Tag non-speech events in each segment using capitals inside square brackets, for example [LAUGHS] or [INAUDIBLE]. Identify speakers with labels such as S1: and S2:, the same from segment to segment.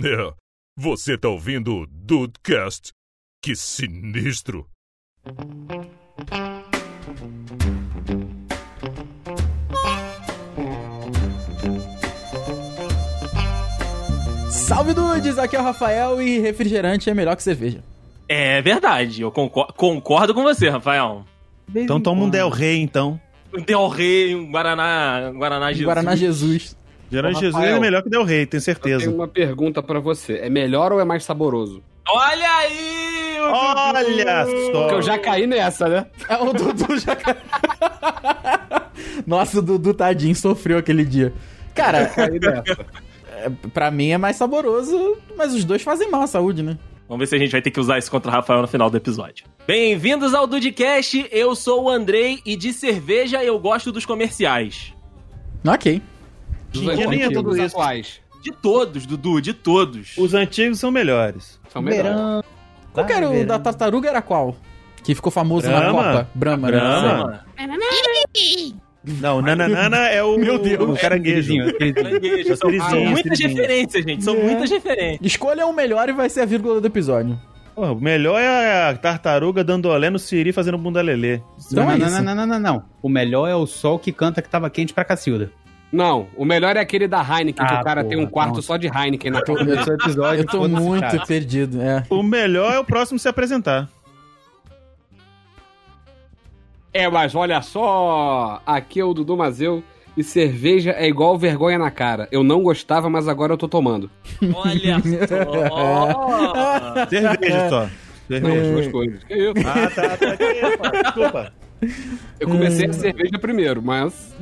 S1: É, você tá ouvindo o Dudecast? Que sinistro!
S2: Salve dudes, aqui é o Rafael e refrigerante é melhor que cerveja.
S3: É verdade, eu concor- concordo com você, Rafael.
S4: Então toma um Del Rey, então.
S3: Um Del Rey, um Guaraná, um Guaraná
S5: É
S3: Jesus.
S2: Guaraná Jesus.
S4: Geralmente
S6: Rafael.
S4: Jesus é melhor que Del Rey, tenho
S6: Eu
S4: certeza.
S6: tenho uma pergunta pra você. É melhor ou é mais saboroso?
S3: Olha aí! o
S4: Olha
S3: Dudu!
S4: só!
S6: Porque eu já caí nessa, né?
S2: É o Dudu [LAUGHS] já. Nossa, o Dudu tadinho sofreu aquele dia. Cara,
S6: Caí nessa.
S2: é, pra mim é mais saboroso, mas os dois fazem mal à saúde, né?
S3: Vamos ver se a gente vai ter que usar isso contra o Rafael no final do episódio. Bem-vindos ao Dudcast, eu sou o Andrei e de cerveja eu gosto dos comerciais.
S2: Ok.
S6: Dos
S4: Que nem é
S6: antigos,
S4: tudo
S6: dos
S4: isso.
S6: atuais.
S3: De todos, Dudu, de todos.
S4: Os antigos são melhores.
S6: São melhores.
S2: Qual que era o
S4: Verão.
S5: né?
S2: da tartaruga era qual? Que ficou famoso na
S4: Brahma.
S2: Copa? Brahma, né?
S3: Brahma.
S4: Não, o Nananana é
S6: [LAUGHS]
S4: o,
S2: Meu Deus.
S4: o caranguejo.
S3: Caranguejo, São,
S4: Sirizinho,
S3: são muitas
S4: Sirizinho.
S3: referências, gente. São muitas referências.
S2: Escolha o melhor e vai ser a vírgula do episódio.
S4: Porra, o melhor é a tartaruga dando olé no Siri fazendo bunda lelê.
S2: Então
S5: não,
S2: é
S5: não,
S2: isso.
S5: não, não, não, não, não. O melhor é o sol que canta que tava quente pra Cacilda.
S6: Não, o melhor é aquele da Heineken, que
S5: Ah,
S6: o cara tem um
S5: porra,
S6: quarto
S5: pronto.
S6: só de Heineken na
S5: Tô- esse é o episódio.
S2: Eu tô
S5: foda-se,
S2: muito
S5: cara.
S2: perdido, é.
S4: O melhor é o próximo se apresentar.
S6: É, mas olha só! Aqui é o Dudu Mazeu e cerveja é igual vergonha na cara. Eu não gostava, mas agora eu tô tomando.
S3: Olha
S4: [LAUGHS]
S3: só.
S6: [LAUGHS] É.
S4: Cerveja só.
S6: Não,
S4: Cerveja.
S6: as duas coisas. Que isso?
S4: Ah, tá, tá aqui, pá. Desculpa.
S6: Tá Eu comecei a cerveja primeiro, mas.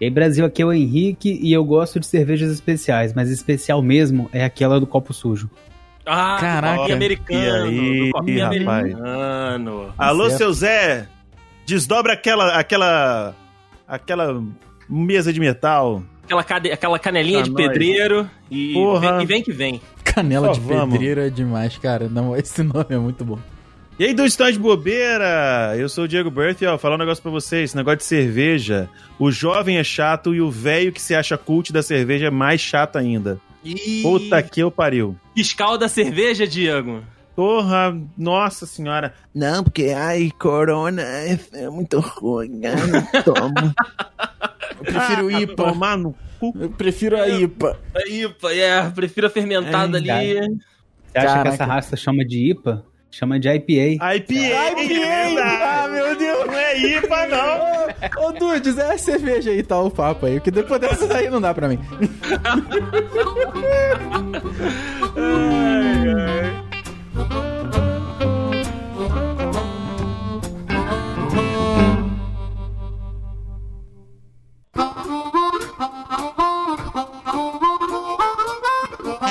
S5: E aí, Brasil, aqui é o Henrique e eu gosto de cervejas especiais, mas especial mesmo é aquela do copo sujo.
S3: Ah, do
S2: Caraca.
S3: copinho americano.
S4: E aí,
S3: do copinho
S4: rapaz?
S3: americano.
S4: Alô,
S2: certo.
S4: seu Zé, desdobra aquela, aquela, aquela mesa de metal.
S3: Aquela, cade... Aquela canelinha
S4: Pra
S3: de
S4: nós.
S3: pedreiro. E
S4: Porra.
S3: vem, e vem que vem.
S2: Canela
S4: Só
S2: de
S4: vamos.
S2: pedreira é demais, cara. Não, esse nome é muito bom.
S4: E aí, do Stand Bobeira, eu sou o Diego Berth e, ó, falar um negócio pra vocês, esse negócio de cerveja, o jovem é chato e o velho que se acha cult da cerveja é mais chato ainda.
S3: E...
S4: Puta que eu pariu.
S3: Fiscal da cerveja, Diego.
S4: Porra, nossa senhora. Não, porque, ai, corona é, muito ruim, eu não tomo.
S2: Eu prefiro o IPA.
S4: Tomar no cu.
S2: Ah, tá Eu prefiro a IPA.
S3: A IPA, é, prefiro a fermentada
S5: É,
S3: ali.
S5: Você acha
S2: Caraca.
S5: que essa raça chama de IPA? Chama de IPA.
S4: IPA,
S2: Ah,
S4: IPA.
S2: meu Deus!
S4: Não é IPA, não.
S2: Ô, ô Dudes, é a cerveja aí, tá? O papo aí. Porque depois dessa daí não dá pra mim.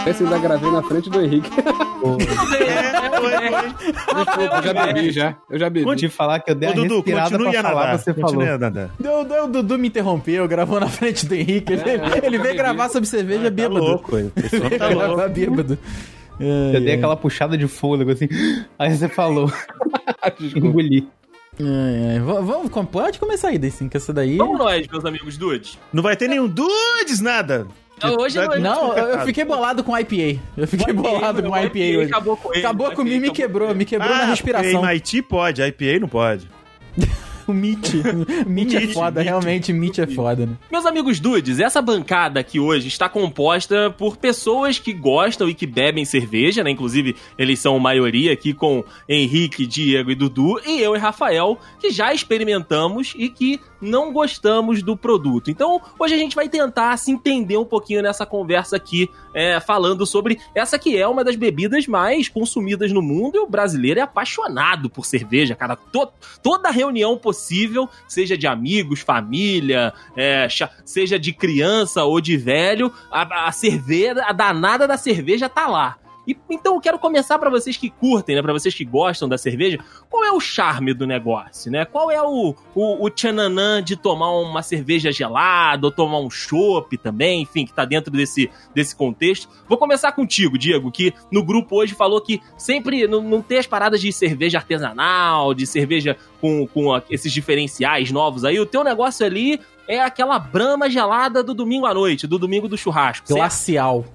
S6: Esse eu ainda gravei na frente do Henrique. [LAUGHS]
S4: É, foi, foi.
S6: eu já bebi, já. Eu já bebi.
S5: Vou te falar que eu dei
S4: Ô,
S5: uma
S4: Dudu,
S5: respirada
S4: continue
S5: pra
S4: a
S5: falar,
S4: nadar.
S5: você
S4: Continue
S5: falou.
S4: a nadar.
S2: Deu, deu, o Dudu me interrompeu, gravou na frente do Henrique. Ele, ele veio gravar sobre cerveja
S4: Tá
S2: bêbado.
S4: louco, ele. Esse
S2: Ele [LAUGHS] veio
S4: homem tá
S2: gravar
S4: louco.
S2: bêbado. Ai,
S5: Eu dei
S2: ai.
S5: aquela puxada de fôlego, assim. [LAUGHS] Aí você falou,
S6: Desculpa.
S5: engoli.
S2: Ai, ai. V- Vamos, com- pode começar aí, daí sim, que essa daí.
S3: Vamos nós, meus amigos dudes.
S4: Não vai ter nenhum dudes, nada.
S3: Não, hoje
S4: vai-
S3: não.
S2: Não, eu eu fiquei bolado com IPA. Eu fiquei bolado com IPA hoje.
S3: um Acabou com ele.
S2: Acabou comigo e me
S3: Acabou-
S2: quebrou, me quebrou
S4: Ah,
S2: na respiração.
S4: Em Haiti pode, IPA não pode.
S2: O Meat. Meat é
S4: Meat,
S2: foda,
S4: Meat.
S2: realmente, Meat é foda, né?
S3: Meus amigos dudes, essa bancada aqui hoje está composta por pessoas que gostam e que bebem cerveja, né? Inclusive, eles são maioria aqui com Henrique, Diego e Dudu, e eu e Rafael, que já experimentamos e que não gostamos do produto. Então, hoje a gente vai tentar se entender um pouquinho nessa conversa aqui, é, falando sobre essa que é uma das bebidas mais consumidas no mundo, e o brasileiro é apaixonado por cerveja, cara. To- toda reunião possível, seja de amigos, família, é, cha- seja de criança ou de velho, a, a cerveja, a danada da cerveja tá lá. E, então eu quero começar pra vocês que curtem, né, para vocês que gostam da cerveja, qual é o charme do negócio, né? Qual é o, o, o tchananã de tomar uma cerveja gelada ou tomar um chopp também, enfim, que tá dentro desse, desse contexto. Vou começar contigo, Diego, que no grupo hoje falou que sempre não, não tem as paradas de cerveja artesanal, de cerveja com, com a- esses diferenciais novos aí. O teu negócio ali é aquela brama gelada do domingo à noite, do domingo do churrasco. certo?
S2: Glacial.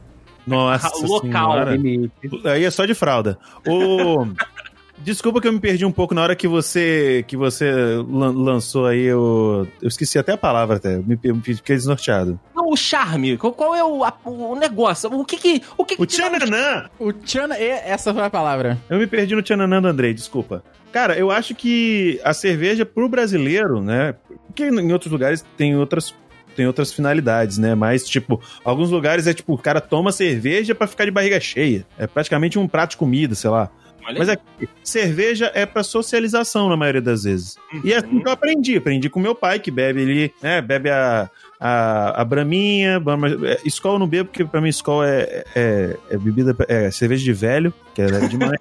S4: Nossa
S3: Local.
S4: senhora.
S5: Ele-
S4: Aí é só de fralda. Ô, Desculpa que eu me perdi um pouco na hora que você que você lan- lançou aí o. Eu esqueci até a palavra até. Eu me eu fiquei desnorteado.
S3: Não, o charme, qual, qual é o, a- o negócio? O que que... O que, que
S4: O
S3: te dá- um
S4: Tchananã!
S2: O Tchana. e- Essa foi a palavra.
S4: Eu me perdi no Tchananã do Andrei, desculpa. Cara, eu acho que a cerveja pro brasileiro, né? Porque em outros lugares tem outras tem outras finalidades, né? Mas tipo, alguns lugares é tipo, o cara toma cerveja pra ficar de barriga cheia. É praticamente um prato de comida, sei lá.
S3: Olha
S4: Mas aqui, cerveja é pra socialização na maioria das vezes. E é
S3: Uhum.
S4: assim que eu aprendi. Aprendi com meu pai, que bebe ali, né? Bebe a, a, a Braminha. Brahma- é, Skol eu não bebo, porque pra mim Skol é, é, é bebida, é cerveja de velho, que é
S3: [LAUGHS]
S4: leve demais.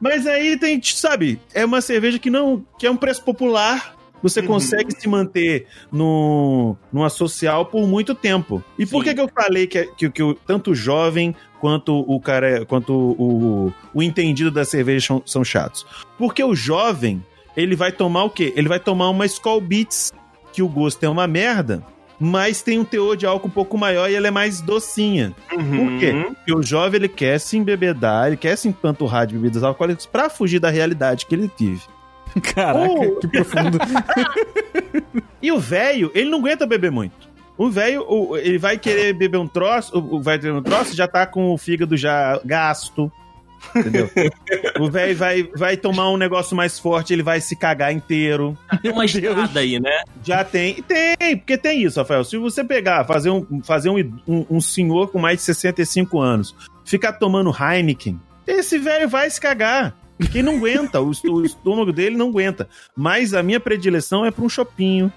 S4: Mas aí tem, sabe, é uma cerveja que não. que é um preço popular. Você
S3: Uhum.
S4: consegue se manter no, numa social por muito tempo. E por
S3: Sim.
S4: que, que eu falei que, que, que o- tanto o jovem quanto o cara. quanto o, o entendido da cerveja são, são chatos? Porque o jovem, ele vai tomar o quê? Ele vai tomar uma Skull Beats, que o gosto é uma merda, mas tem um teor de álcool um pouco maior e ela é mais docinha. Por quê? Porque o jovem ele quer se embebedar, ele quer se empanturrar de bebidas alcoólicas pra fugir da realidade que ele vive.
S2: Caraca,
S4: Oh.
S2: que profundo.
S4: E o velho, ele não aguenta beber muito. O velho, o- ele vai querer beber um troço, o- o- vai beber um troço, já tá com o fígado já gasto. Entendeu? o velho vai, vai tomar um negócio mais forte, ele vai se cagar inteiro.
S3: Tem Tá uma estrada aí, né?
S4: Já tem. Tem, porque tem isso, Rafael. Se você pegar, fazer um, fazer um, um, um senhor com mais de 65 anos, ficar tomando Heineken, esse velho vai se cagar. Porque não aguenta, o, est- o estômago dele não aguenta. Mas a minha predileção é pra um chopinho.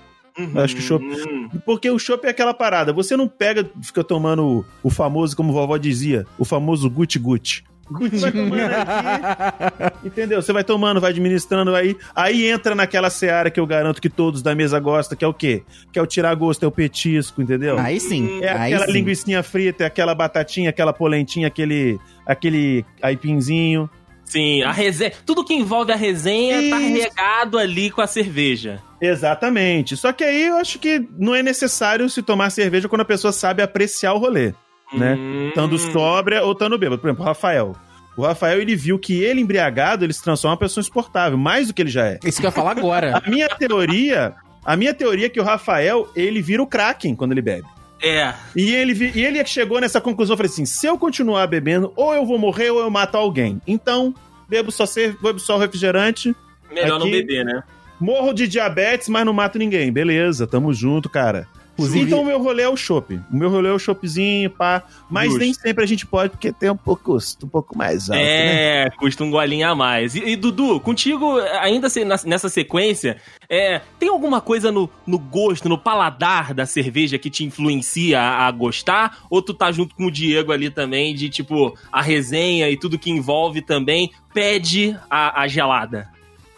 S4: Eu acho que o chopp-
S3: Uhum.
S4: Porque o chopp é aquela parada. Você não pega, fica tomando o, o famoso, como vovó dizia, o famoso guti-guti. Vai tomando aqui, Entendeu? Você vai tomando, vai administrando aí. Aí entra naquela seara que eu garanto que todos da mesa gostam, que é o quê? Que é o tirar gosto, é o petisco, entendeu?
S2: [LAUGHS] aí sim.
S4: É
S2: aí
S4: aquela
S2: sim.
S4: linguicinha frita, é aquela batatinha, aquela polentinha, aquele, aquele aipinzinho.
S3: Sim, a resenha. Tudo que envolve a resenha tá
S4: Isso.
S3: regado ali com a cerveja.
S4: Exatamente. Só que aí eu acho que não é necessário se tomar cerveja quando a pessoa sabe apreciar o rolê. Né?
S3: Hum.
S4: Tando sóbria ou tando bêbado. Por exemplo, o Rafael. O Rafael, ele viu que ele embriagado, ele se transforma em uma pessoa insuportável, mais do que ele já é.
S2: Isso que eu ia falar
S4: [LAUGHS]
S2: agora.
S4: A minha teoria, a minha teoria é que o Rafael, ele vira o Kraken quando ele bebe.
S3: É.
S4: E ele, vi- e ele é chegou nessa conclusão, eu falei assim, se eu continuar bebendo, ou eu vou morrer ou eu mato alguém. Então, bebo só, cer- bebo só refrigerante,
S3: Melhor não
S4: Aqui-
S3: beber, né?
S4: morro de diabetes, mas não mato ninguém. Beleza, tamo junto, cara.
S2: Inclusive-
S4: Então o meu rolê é o chopp. O meu rolê é o choppzinho, pá. Mas
S3: Justo.
S4: nem sempre a gente pode, porque tem um pouco, um pouco mais alto, né?
S3: É, custa um golinho a mais. E, e, Dudu, contigo, ainda se- nas- nessa sequência, é, tem alguma coisa no, no gosto, no paladar da cerveja que te influencia a, a gostar? Ou tu tá junto com o Diego ali também, de tipo, a resenha e tudo que envolve também pede a, a gelada?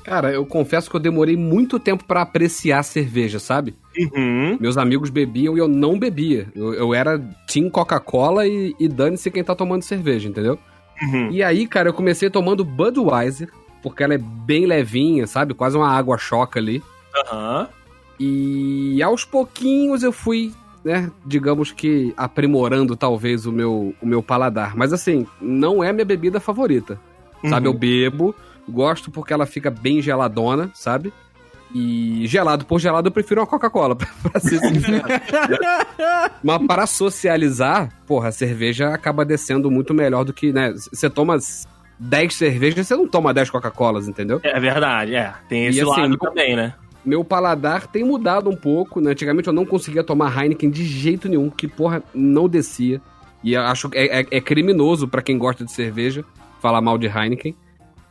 S6: Cara, eu confesso que eu demorei muito tempo pra apreciar cerveja, sabe?
S3: Uhum.
S6: Meus amigos bebiam e eu não bebia. Eu, eu era Team Coca-Cola e, e dane-se quem tá tomando cerveja, entendeu?
S3: uhum.
S6: E aí, cara, eu comecei tomando Budweiser, porque ela é bem levinha, sabe? Quase uma água choca ali.
S3: Aham.
S6: E aos pouquinhos eu fui, né, digamos que aprimorando talvez o meu, o meu paladar. Mas assim, não é minha bebida favorita. Sabe, eu bebo, gosto porque ela fica bem geladona, sabe? E gelado por gelado eu prefiro uma Coca-Cola, [LAUGHS] pra ser sincero. Mas para socializar, porra, a cerveja acaba descendo muito melhor do que, né? Você toma 10 cervejas, você não toma 10 Coca-Colas, entendeu?
S3: É verdade, é. Tem esse
S6: E assim,
S3: lado
S6: meu-
S3: também, né?
S6: meu paladar tem mudado um pouco, né? Antigamente eu não conseguia tomar Heineken de jeito nenhum, que porra, não descia. E eu acho que é, é- é criminoso pra quem gosta de cerveja falar mal de Heineken.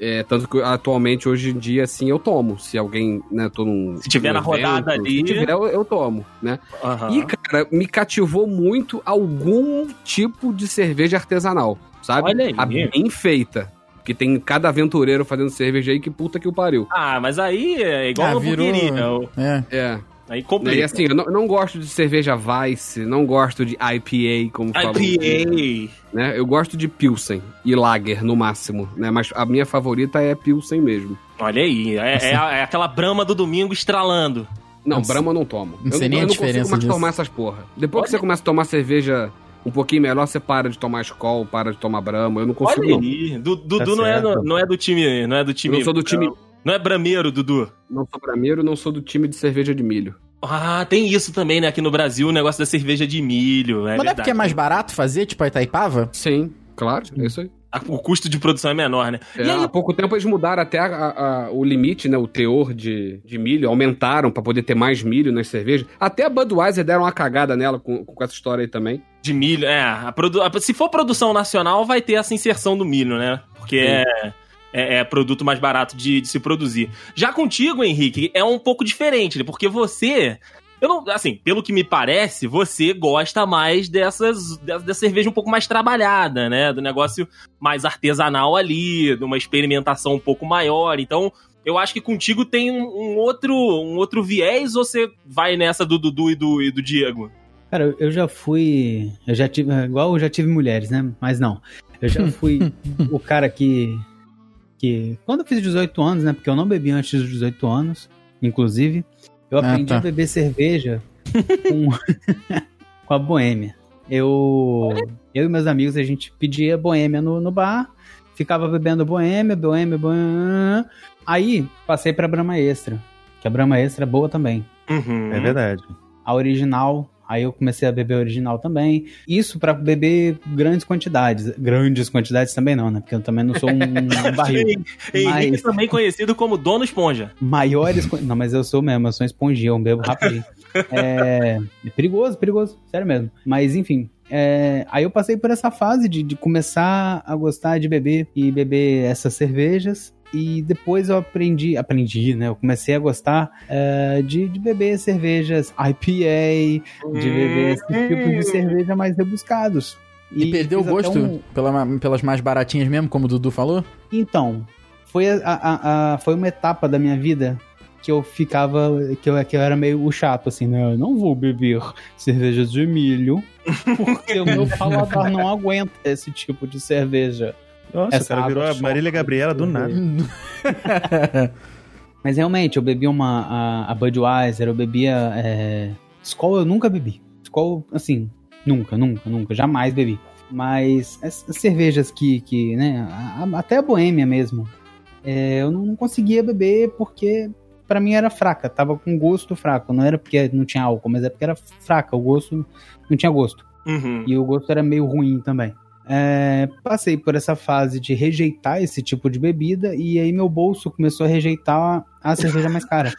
S6: É, tanto que atualmente, hoje em dia, assim, eu tomo. Se alguém, né, tô num.
S3: Se tiver
S6: num
S3: na rodada ali.
S6: Se tiver, eu, eu tomo, né?
S3: Aham.
S6: E, cara, me cativou muito algum tipo de cerveja artesanal, sabe?
S3: Olha aí.
S6: A bem feita. Porque tem cada aventureiro fazendo cerveja aí que puta que o pariu.
S3: Ah, mas aí é igual
S2: Ah,
S3: ah, uma
S2: virou-
S3: hamburgueria. o-
S2: É.
S6: É.
S3: Aí
S6: Né, E
S3: complica.
S6: assim, eu não, não gosto de cerveja Vice, não gosto de IPA, como falam.
S3: IPA.
S6: Né? Eu gosto de Pilsen e Lager, no máximo, né? Mas a minha favorita é Pilsen mesmo.
S3: Olha aí, é, é a- é aquela brama do domingo estralando.
S6: Não,
S2: Não sei-
S6: Brahma eu não tomo.
S2: não sei
S6: eu,
S2: nem a
S6: eu não
S2: diferença
S6: consigo mais
S2: disso.
S6: tomar essas porra. Depois
S3: Olha-
S6: que você começa a tomar cerveja um pouquinho melhor, você para de tomar Skol, para de tomar Brahma. Eu não consigo,
S3: Olha
S6: não.
S3: aí, Du- Dudu
S4: Tá
S3: não, é,
S4: certo.
S3: do- não é do time, não é do
S6: Eu
S3: time.
S6: não sou do time...
S3: Não é brameiro, Dudu.
S6: Não sou brameiro, não sou do time de cerveja de milho.
S3: Ah, tem isso também, né? Aqui no Brasil, o negócio da cerveja de milho. É
S2: Mas não é
S3: verdade.
S2: porque é mais barato fazer, tipo a Itaipava?
S6: Sim, claro, é isso aí.
S3: A- O custo de produção é menor, né?
S6: É,
S3: E aí-
S6: Há pouco tempo eles mudaram até a- a- o limite, né? O teor de, de milho, aumentaram pra poder ter mais milho nas cervejas. Até a Budweiser deram uma cagada nela com, com essa história aí também.
S3: De milho, é. a produ- a- se for produção nacional, vai ter essa inserção do milho, né? Porque é, é, é produto mais barato de, de se produzir. Já contigo, Henrique, é um pouco diferente, né? porque você. Eu não, assim, pelo que me parece, você gosta mais dessas de- dessa cerveja um pouco mais trabalhada, né? Do negócio mais artesanal ali, de uma experimentação um pouco maior. Então, eu acho que contigo tem um, um outro um outro viés ou você vai nessa do Dudu e do, e do Diego?
S5: Cara, eu já fui. Eu já tive. Igual eu já tive mulheres, né? Mas não.
S2: [LAUGHS]
S5: Eu já fui o cara que. que quando eu fiz 18 anos, né? Porque eu não bebi antes dos 18 anos, inclusive. Eu
S2: Ah,
S5: aprendi
S2: tá.
S5: a beber cerveja com, com [LAUGHS] a boêmia. Eu, eu e meus amigos, a gente pedia boêmia no, no bar, ficava bebendo boêmia, boêmia, boêmia. Aí passei pra Brahma Extra, que a Brahma Extra é boa também
S3: Uhum.
S4: É verdade.
S5: a original. Aí eu comecei a beber a original também. Isso pra beber grandes quantidades. Grandes quantidades também não, né? Porque eu também não sou um, um barril.
S3: Sim. Henrique
S5: Mas-
S3: é também conhecido como Dono Esponja.
S5: Maiores. quan- Não, mas eu sou mesmo, eu sou um esponjinha, eu bebo rapidinho. É, é perigoso, perigoso, sério mesmo. Mas enfim. é, aí eu passei por essa fase de, de começar a gostar de beber e beber essas cervejas. E depois eu aprendi, aprendi, né? Eu comecei a gostar é, de, de beber cervejas IPA, de beber esses
S3: É.
S5: tipos de cerveja mais rebuscados.
S2: E, perdeu o
S5: fiz até
S2: gosto
S5: um-
S2: pela- pelas mais baratinhas mesmo, como o Dudu falou?
S5: Então, foi, a, a- a- foi uma etapa da minha vida que eu ficava. que eu, que eu era meio o chato, assim, né? Eu não vou beber cerveja de milho, porque o
S2: [LAUGHS]
S5: meu paladar não aguenta esse tipo de cerveja.
S4: Nossa,
S5: Essa
S4: o cara virou a
S5: água
S4: Marília
S5: choca.
S4: Gabriela do nada.
S5: [LAUGHS] Mas realmente, eu bebi uma. a, a Budweiser, eu bebia. É, Skol eu nunca bebi. Skol, assim, nunca, nunca, nunca, jamais bebi. Mas essas cervejas que, que né, a- a- até a boêmia mesmo, é, eu não conseguia beber porque pra mim era fraca, tava com gosto fraco. Não era porque não tinha álcool, mas é porque era fraca, o gosto não tinha gosto.
S3: Uhum.
S5: E o gosto era meio ruim também. É, passei por essa fase de rejeitar esse tipo de bebida e aí meu bolso começou a rejeitar a cerveja
S3: [LAUGHS]
S5: mais cara.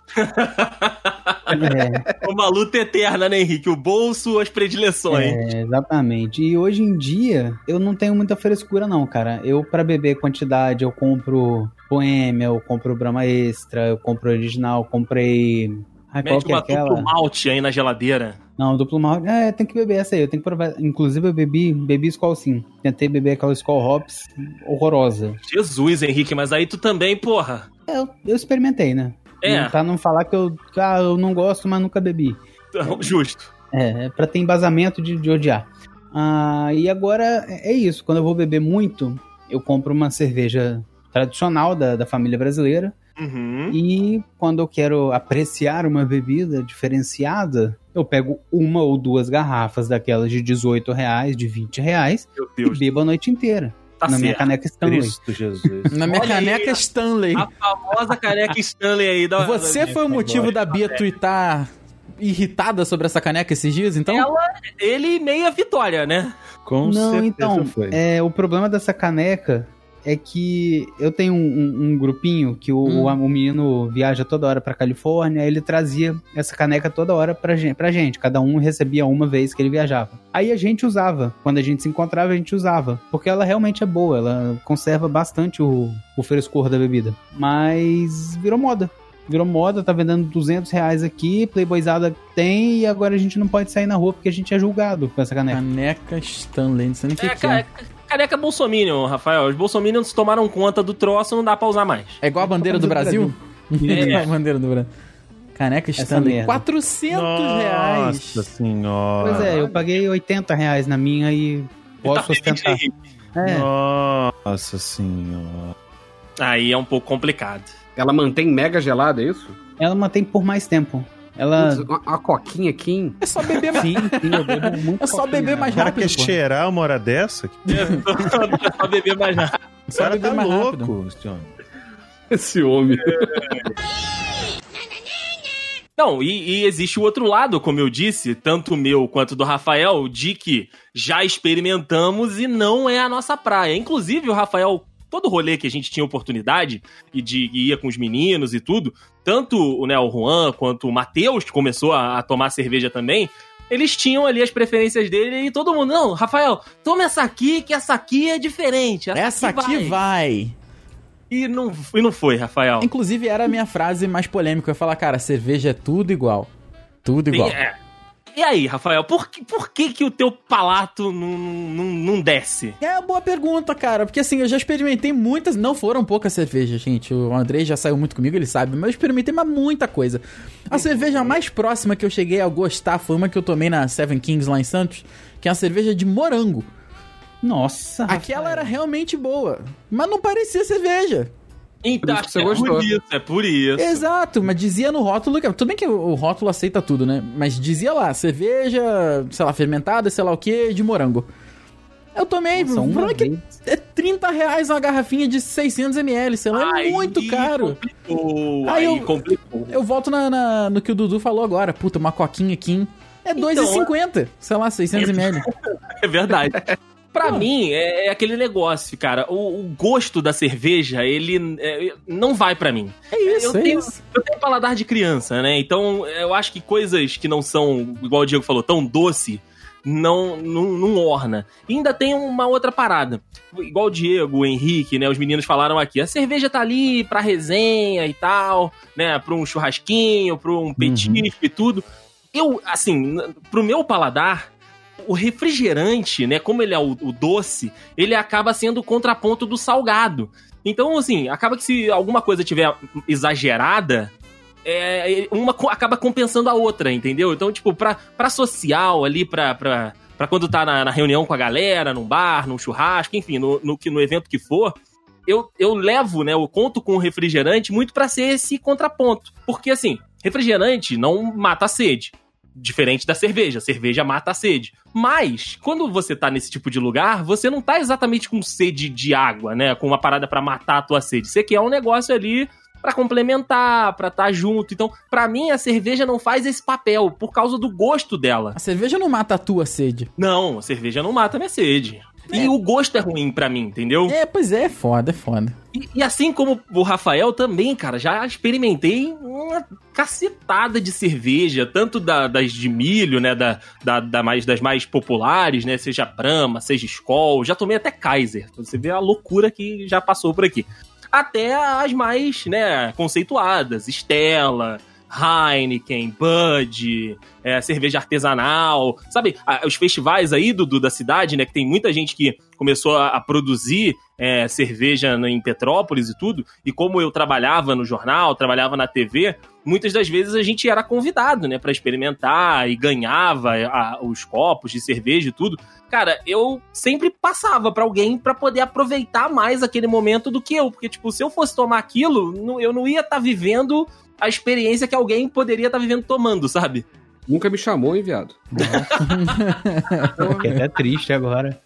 S3: É
S5: É,
S3: Uma luta eterna, né, Henrique? O bolso, as predileções.
S5: é, exatamente. E hoje em dia eu não tenho muita frescura não, cara. Eu pra beber quantidade eu compro Boêmia, eu compro Brahma Extra, eu compro original, comprei Ai, qual
S3: Mete
S5: que é
S3: uma duplo
S5: aquela?
S3: malte aí na geladeira.
S5: Não, duplo mal. É, tem que beber essa aí, eu tenho que provar. Inclusive eu bebi, bebi Skol sim. Tentei beber aquela Skol Hops horrorosa.
S3: Jesus, Henrique, mas aí tu também, porra.
S5: Eu, eu experimentei, né?
S3: É,
S5: Não, pra não falar que eu, ah, eu não gosto, mas nunca bebi.
S3: então, justo.
S5: É, é pra ter embasamento de, de odiar. Ah, e agora é é isso. Quando eu vou beber muito, eu compro uma cerveja tradicional da, da família brasileira.
S3: Uhum.
S5: E quando eu quero apreciar uma bebida diferenciada, eu pego uma ou duas garrafas daquelas de 18 reais, de 20 reais,
S3: Meu
S5: e
S3: Deus,
S5: bebo a noite inteira.
S3: tá
S5: na minha
S3: certo.
S5: caneca
S4: Então,
S5: Stanley.
S4: Cristo Jesus.
S2: Na minha
S3: Olha aí,
S2: caneca
S3: ó.
S2: Stanley.
S3: A famosa caneca Stanley aí. Da,
S2: Você foi o motivo da Bia twittar irritada sobre essa caneca esses dias, então?
S3: Ela, ele e meia vitória, né?
S4: [LAUGHS] Com
S5: Não,
S4: certeza
S5: então,
S4: foi.
S5: é, o problema dessa caneca é que eu tenho um, um- um grupinho que o,
S2: Hum.
S5: o menino viaja toda hora pra Califórnia, ele trazia essa caneca toda hora pra gente, pra gente. Cada um recebia uma vez que ele viajava. Aí a gente usava. Quando a gente se encontrava, a gente usava. Porque ela realmente é boa, ela conserva bastante o, o frescor da bebida. Mas virou moda. Virou moda, tá vendendo 200 reais aqui, Playboyzada tem, e agora a gente não pode sair na rua porque a gente é julgado com essa caneca.
S2: Caneca Stanley, não sei nem o que,
S3: É,
S2: que é.
S3: ca- caneca Bolsominion, Rafael. Os Bolsominions tomaram conta do troço, não dá pra usar mais.
S2: É igual a bandeira do Brasil? É igual a bandeira do Brasil. Caneca
S5: Essa
S2: Stanley,
S5: merda.
S2: 400 reais.
S4: Nossa senhora.
S5: Pois é, eu paguei 80 reais na minha e posso
S2: tá
S3: Gente,
S5: sustentar.
S3: Henrique,
S5: É,
S4: Nossa senhora.
S3: Aí é um pouco complicado. [LAUGHS]
S6: Ela mantém mega gelada, é isso?
S5: ela mantém por mais tempo. Ela.
S6: Uma, uma coquinha Kim.
S2: É só beber mais.
S5: Sim, sim, eu
S2: [LAUGHS]
S5: bebo muito.
S2: É só
S5: coquinha,
S2: beber
S5: né?
S2: mais
S4: O cara
S2: rápido.
S4: quer
S2: pô.
S4: cheirar uma hora dessa?
S3: Só- Só beber mais nada.
S4: O cara
S2: beber
S4: tá
S2: mais
S4: louco, esse homem.
S6: [LAUGHS] Esse homem.
S3: Não, e, e existe o outro lado, como eu disse, tanto meu quanto do Rafael, de que já experimentamos e não é a nossa praia. Inclusive, o Rafael, todo rolê que a gente tinha oportunidade e de e ia com os meninos e tudo, tanto né, o Juan quanto o Matheus, que começou a, a tomar cerveja também, eles tinham ali as preferências dele e todo mundo, não, Rafael, toma essa aqui, que essa aqui é diferente.
S2: Essa aqui vai.
S3: E não, e não foi, Rafael.
S2: Inclusive, era a minha frase mais polêmica. Eu ia falar, cara, cerveja é tudo igual. Tudo igual.
S3: Tem- é. E aí, Rafael, por que, por que, que o teu palato não, não, não desce?
S2: É uma boa pergunta, cara, porque assim, eu já experimentei muitas, não foram poucas cervejas, gente. O Andrei já saiu muito comigo, ele sabe, mas eu experimentei mas muita coisa. A cerveja mais próxima que eu cheguei a gostar foi uma que eu tomei na Seven Kings lá em Santos, que é uma cerveja de morango.
S5: Nossa.
S2: Aquela era realmente boa, mas não parecia cerveja.
S3: Então,
S6: isso que você
S3: é
S6: gostou.
S3: por isso, é por isso.
S2: Exato, mas dizia no rótulo que. é- Tudo bem que o o rótulo aceita tudo, né? Mas dizia lá, cerveja, sei lá, fermentada, sei lá o que, de morango. Eu tomei,
S5: Nossa,
S2: o
S5: uma
S2: problema é que
S5: vez.
S2: é 30 reais uma garrafinha de 600ml, sei lá, é
S3: Aí
S2: muito caro.
S3: Complicou,
S2: Aí
S3: aí
S2: eu- [LAUGHS]
S3: complicou.
S2: Eu volto na, na- no que o Dudu falou agora, puta, uma coquinha Kim. É
S3: Então,
S2: 2,50, sei lá, 600ml.
S3: É verdade. [LAUGHS] Pra mim, é, é aquele negócio, cara. O, o gosto da cerveja, ele é, não vai pra mim.
S2: É isso,
S3: eu
S2: é
S3: tenho-
S2: isso.
S3: Eu tenho paladar de criança, né? Então, eu acho que coisas que não são, igual o Diego falou, tão doce, não, não, não orna. E ainda tem uma outra parada. Igual o Diego, o Henrique, né? Os meninos falaram aqui. A cerveja tá ali pra resenha e tal, né? Pra um churrasquinho, pra um petisco e tudo. Eu, assim, n- pro meu paladar, o refrigerante, né? Como ele é o- o doce, ele acaba sendo o contraponto do salgado. Então, assim, acaba que se alguma coisa tiver exagerada, é, uma co- acaba compensando a outra, entendeu? Então, tipo, pra, pra social ali, pra, pra, pra quando tá na, na reunião com a galera, num bar, num churrasco, enfim, no, no, que- no evento que for, eu, eu levo, né, eu conto com o refrigerante muito pra ser esse contraponto. Porque, assim, refrigerante não mata a sede. Diferente da cerveja, a cerveja mata a sede. Mas, quando você tá nesse tipo de lugar, você não tá exatamente com sede de água, né? Com uma parada pra matar a tua sede. Você quer um negócio ali pra complementar, pra estar junto. Então, pra mim, a cerveja não faz esse papel por causa do gosto dela.
S2: A cerveja não mata a tua sede.
S3: Não, a cerveja não mata a minha sede. E o gosto é ruim pra mim, entendeu?
S2: É, pois é, é foda, é foda.
S3: E, e assim como o Rafael também, cara, já experimentei uma cacetada de cerveja, tanto da- das de milho, né, da, da- da mais, das mais populares, né, seja Brahma, seja Skol, já tomei até Kaiser, Então você vê a loucura que já passou por aqui. Até as mais, né, conceituadas, Stella, Heineken, Bud, é, cerveja artesanal, sabe? Ah, os festivais aí, Dudu, da cidade, né, que tem muita gente que começou a- a produzir é, cerveja no- em Petrópolis e tudo, e como eu trabalhava no jornal, trabalhava na TV, muitas das vezes a gente era convidado, né, para experimentar e ganhava a- os copos de cerveja e tudo. Cara, eu sempre passava pra alguém pra poder aproveitar mais aquele momento do que eu, porque tipo, se eu fosse tomar aquilo, não- eu não ia estar vivendo a experiência que alguém poderia estar vivendo tomando, sabe?
S6: Nunca me chamou, hein, viado?
S2: então
S5: Fiquei até triste agora.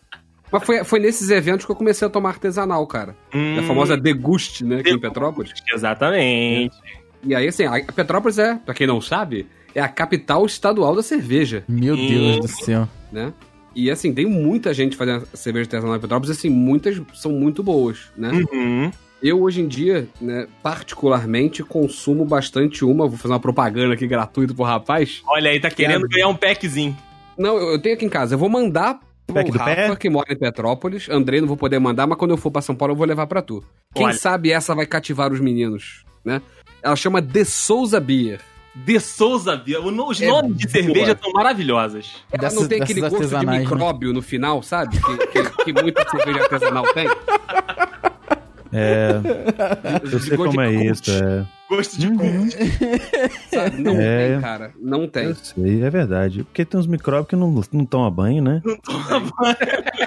S6: Mas foi, foi nesses eventos que eu comecei a tomar artesanal, cara.
S3: Hum,
S6: A famosa deguste, né, aqui em
S3: Deguste.
S6: Petrópolis.
S3: Exatamente.
S6: E aí, assim, a Petrópolis é, pra quem não sabe, é a capital estadual da cerveja.
S2: Meu Deus do céu.
S6: né? E assim, tem muita gente fazendo cerveja artesanal em Petrópolis, assim, muitas são muito boas, né?
S4: Hum.
S3: Uhum.
S6: Eu hoje em dia, né, particularmente, consumo bastante uma, vou fazer uma propaganda aqui gratuita pro rapaz.
S3: Olha aí, tá querendo ganhar um packzinho.
S6: Não, eu eu tenho aqui em casa, eu vou mandar pro
S4: Pack do
S6: Rafa,
S4: pé?
S6: que mora em Petrópolis. Andrei, não vou poder mandar, mas quando eu for pra São Paulo, eu vou levar pra tu. Quem
S3: Olha.
S6: sabe essa vai cativar os meninos, né? Ela chama The Souza Beer.
S3: De Souza Bia. O no- Os
S6: É
S3: nomes de
S6: boa.
S3: cerveja são maravilhosas.
S6: Ela
S2: Dessas-
S6: não tem aquele
S2: dessas
S6: gosto de
S2: artesanais, né?
S6: micróbio no final, sabe? Que, que, que muita cerveja artesanal tem.
S4: É, eu sei
S6: Gosto de
S4: como é
S6: cult.
S4: isso. É.
S3: Gosto
S6: Hum,
S3: de cu.
S6: Sabe? Não
S4: É.
S6: tem, cara. Não tem.
S4: Eu sei, é verdade. Porque tem uns micróbios que não não tomam banho, né?
S3: Não toma banho.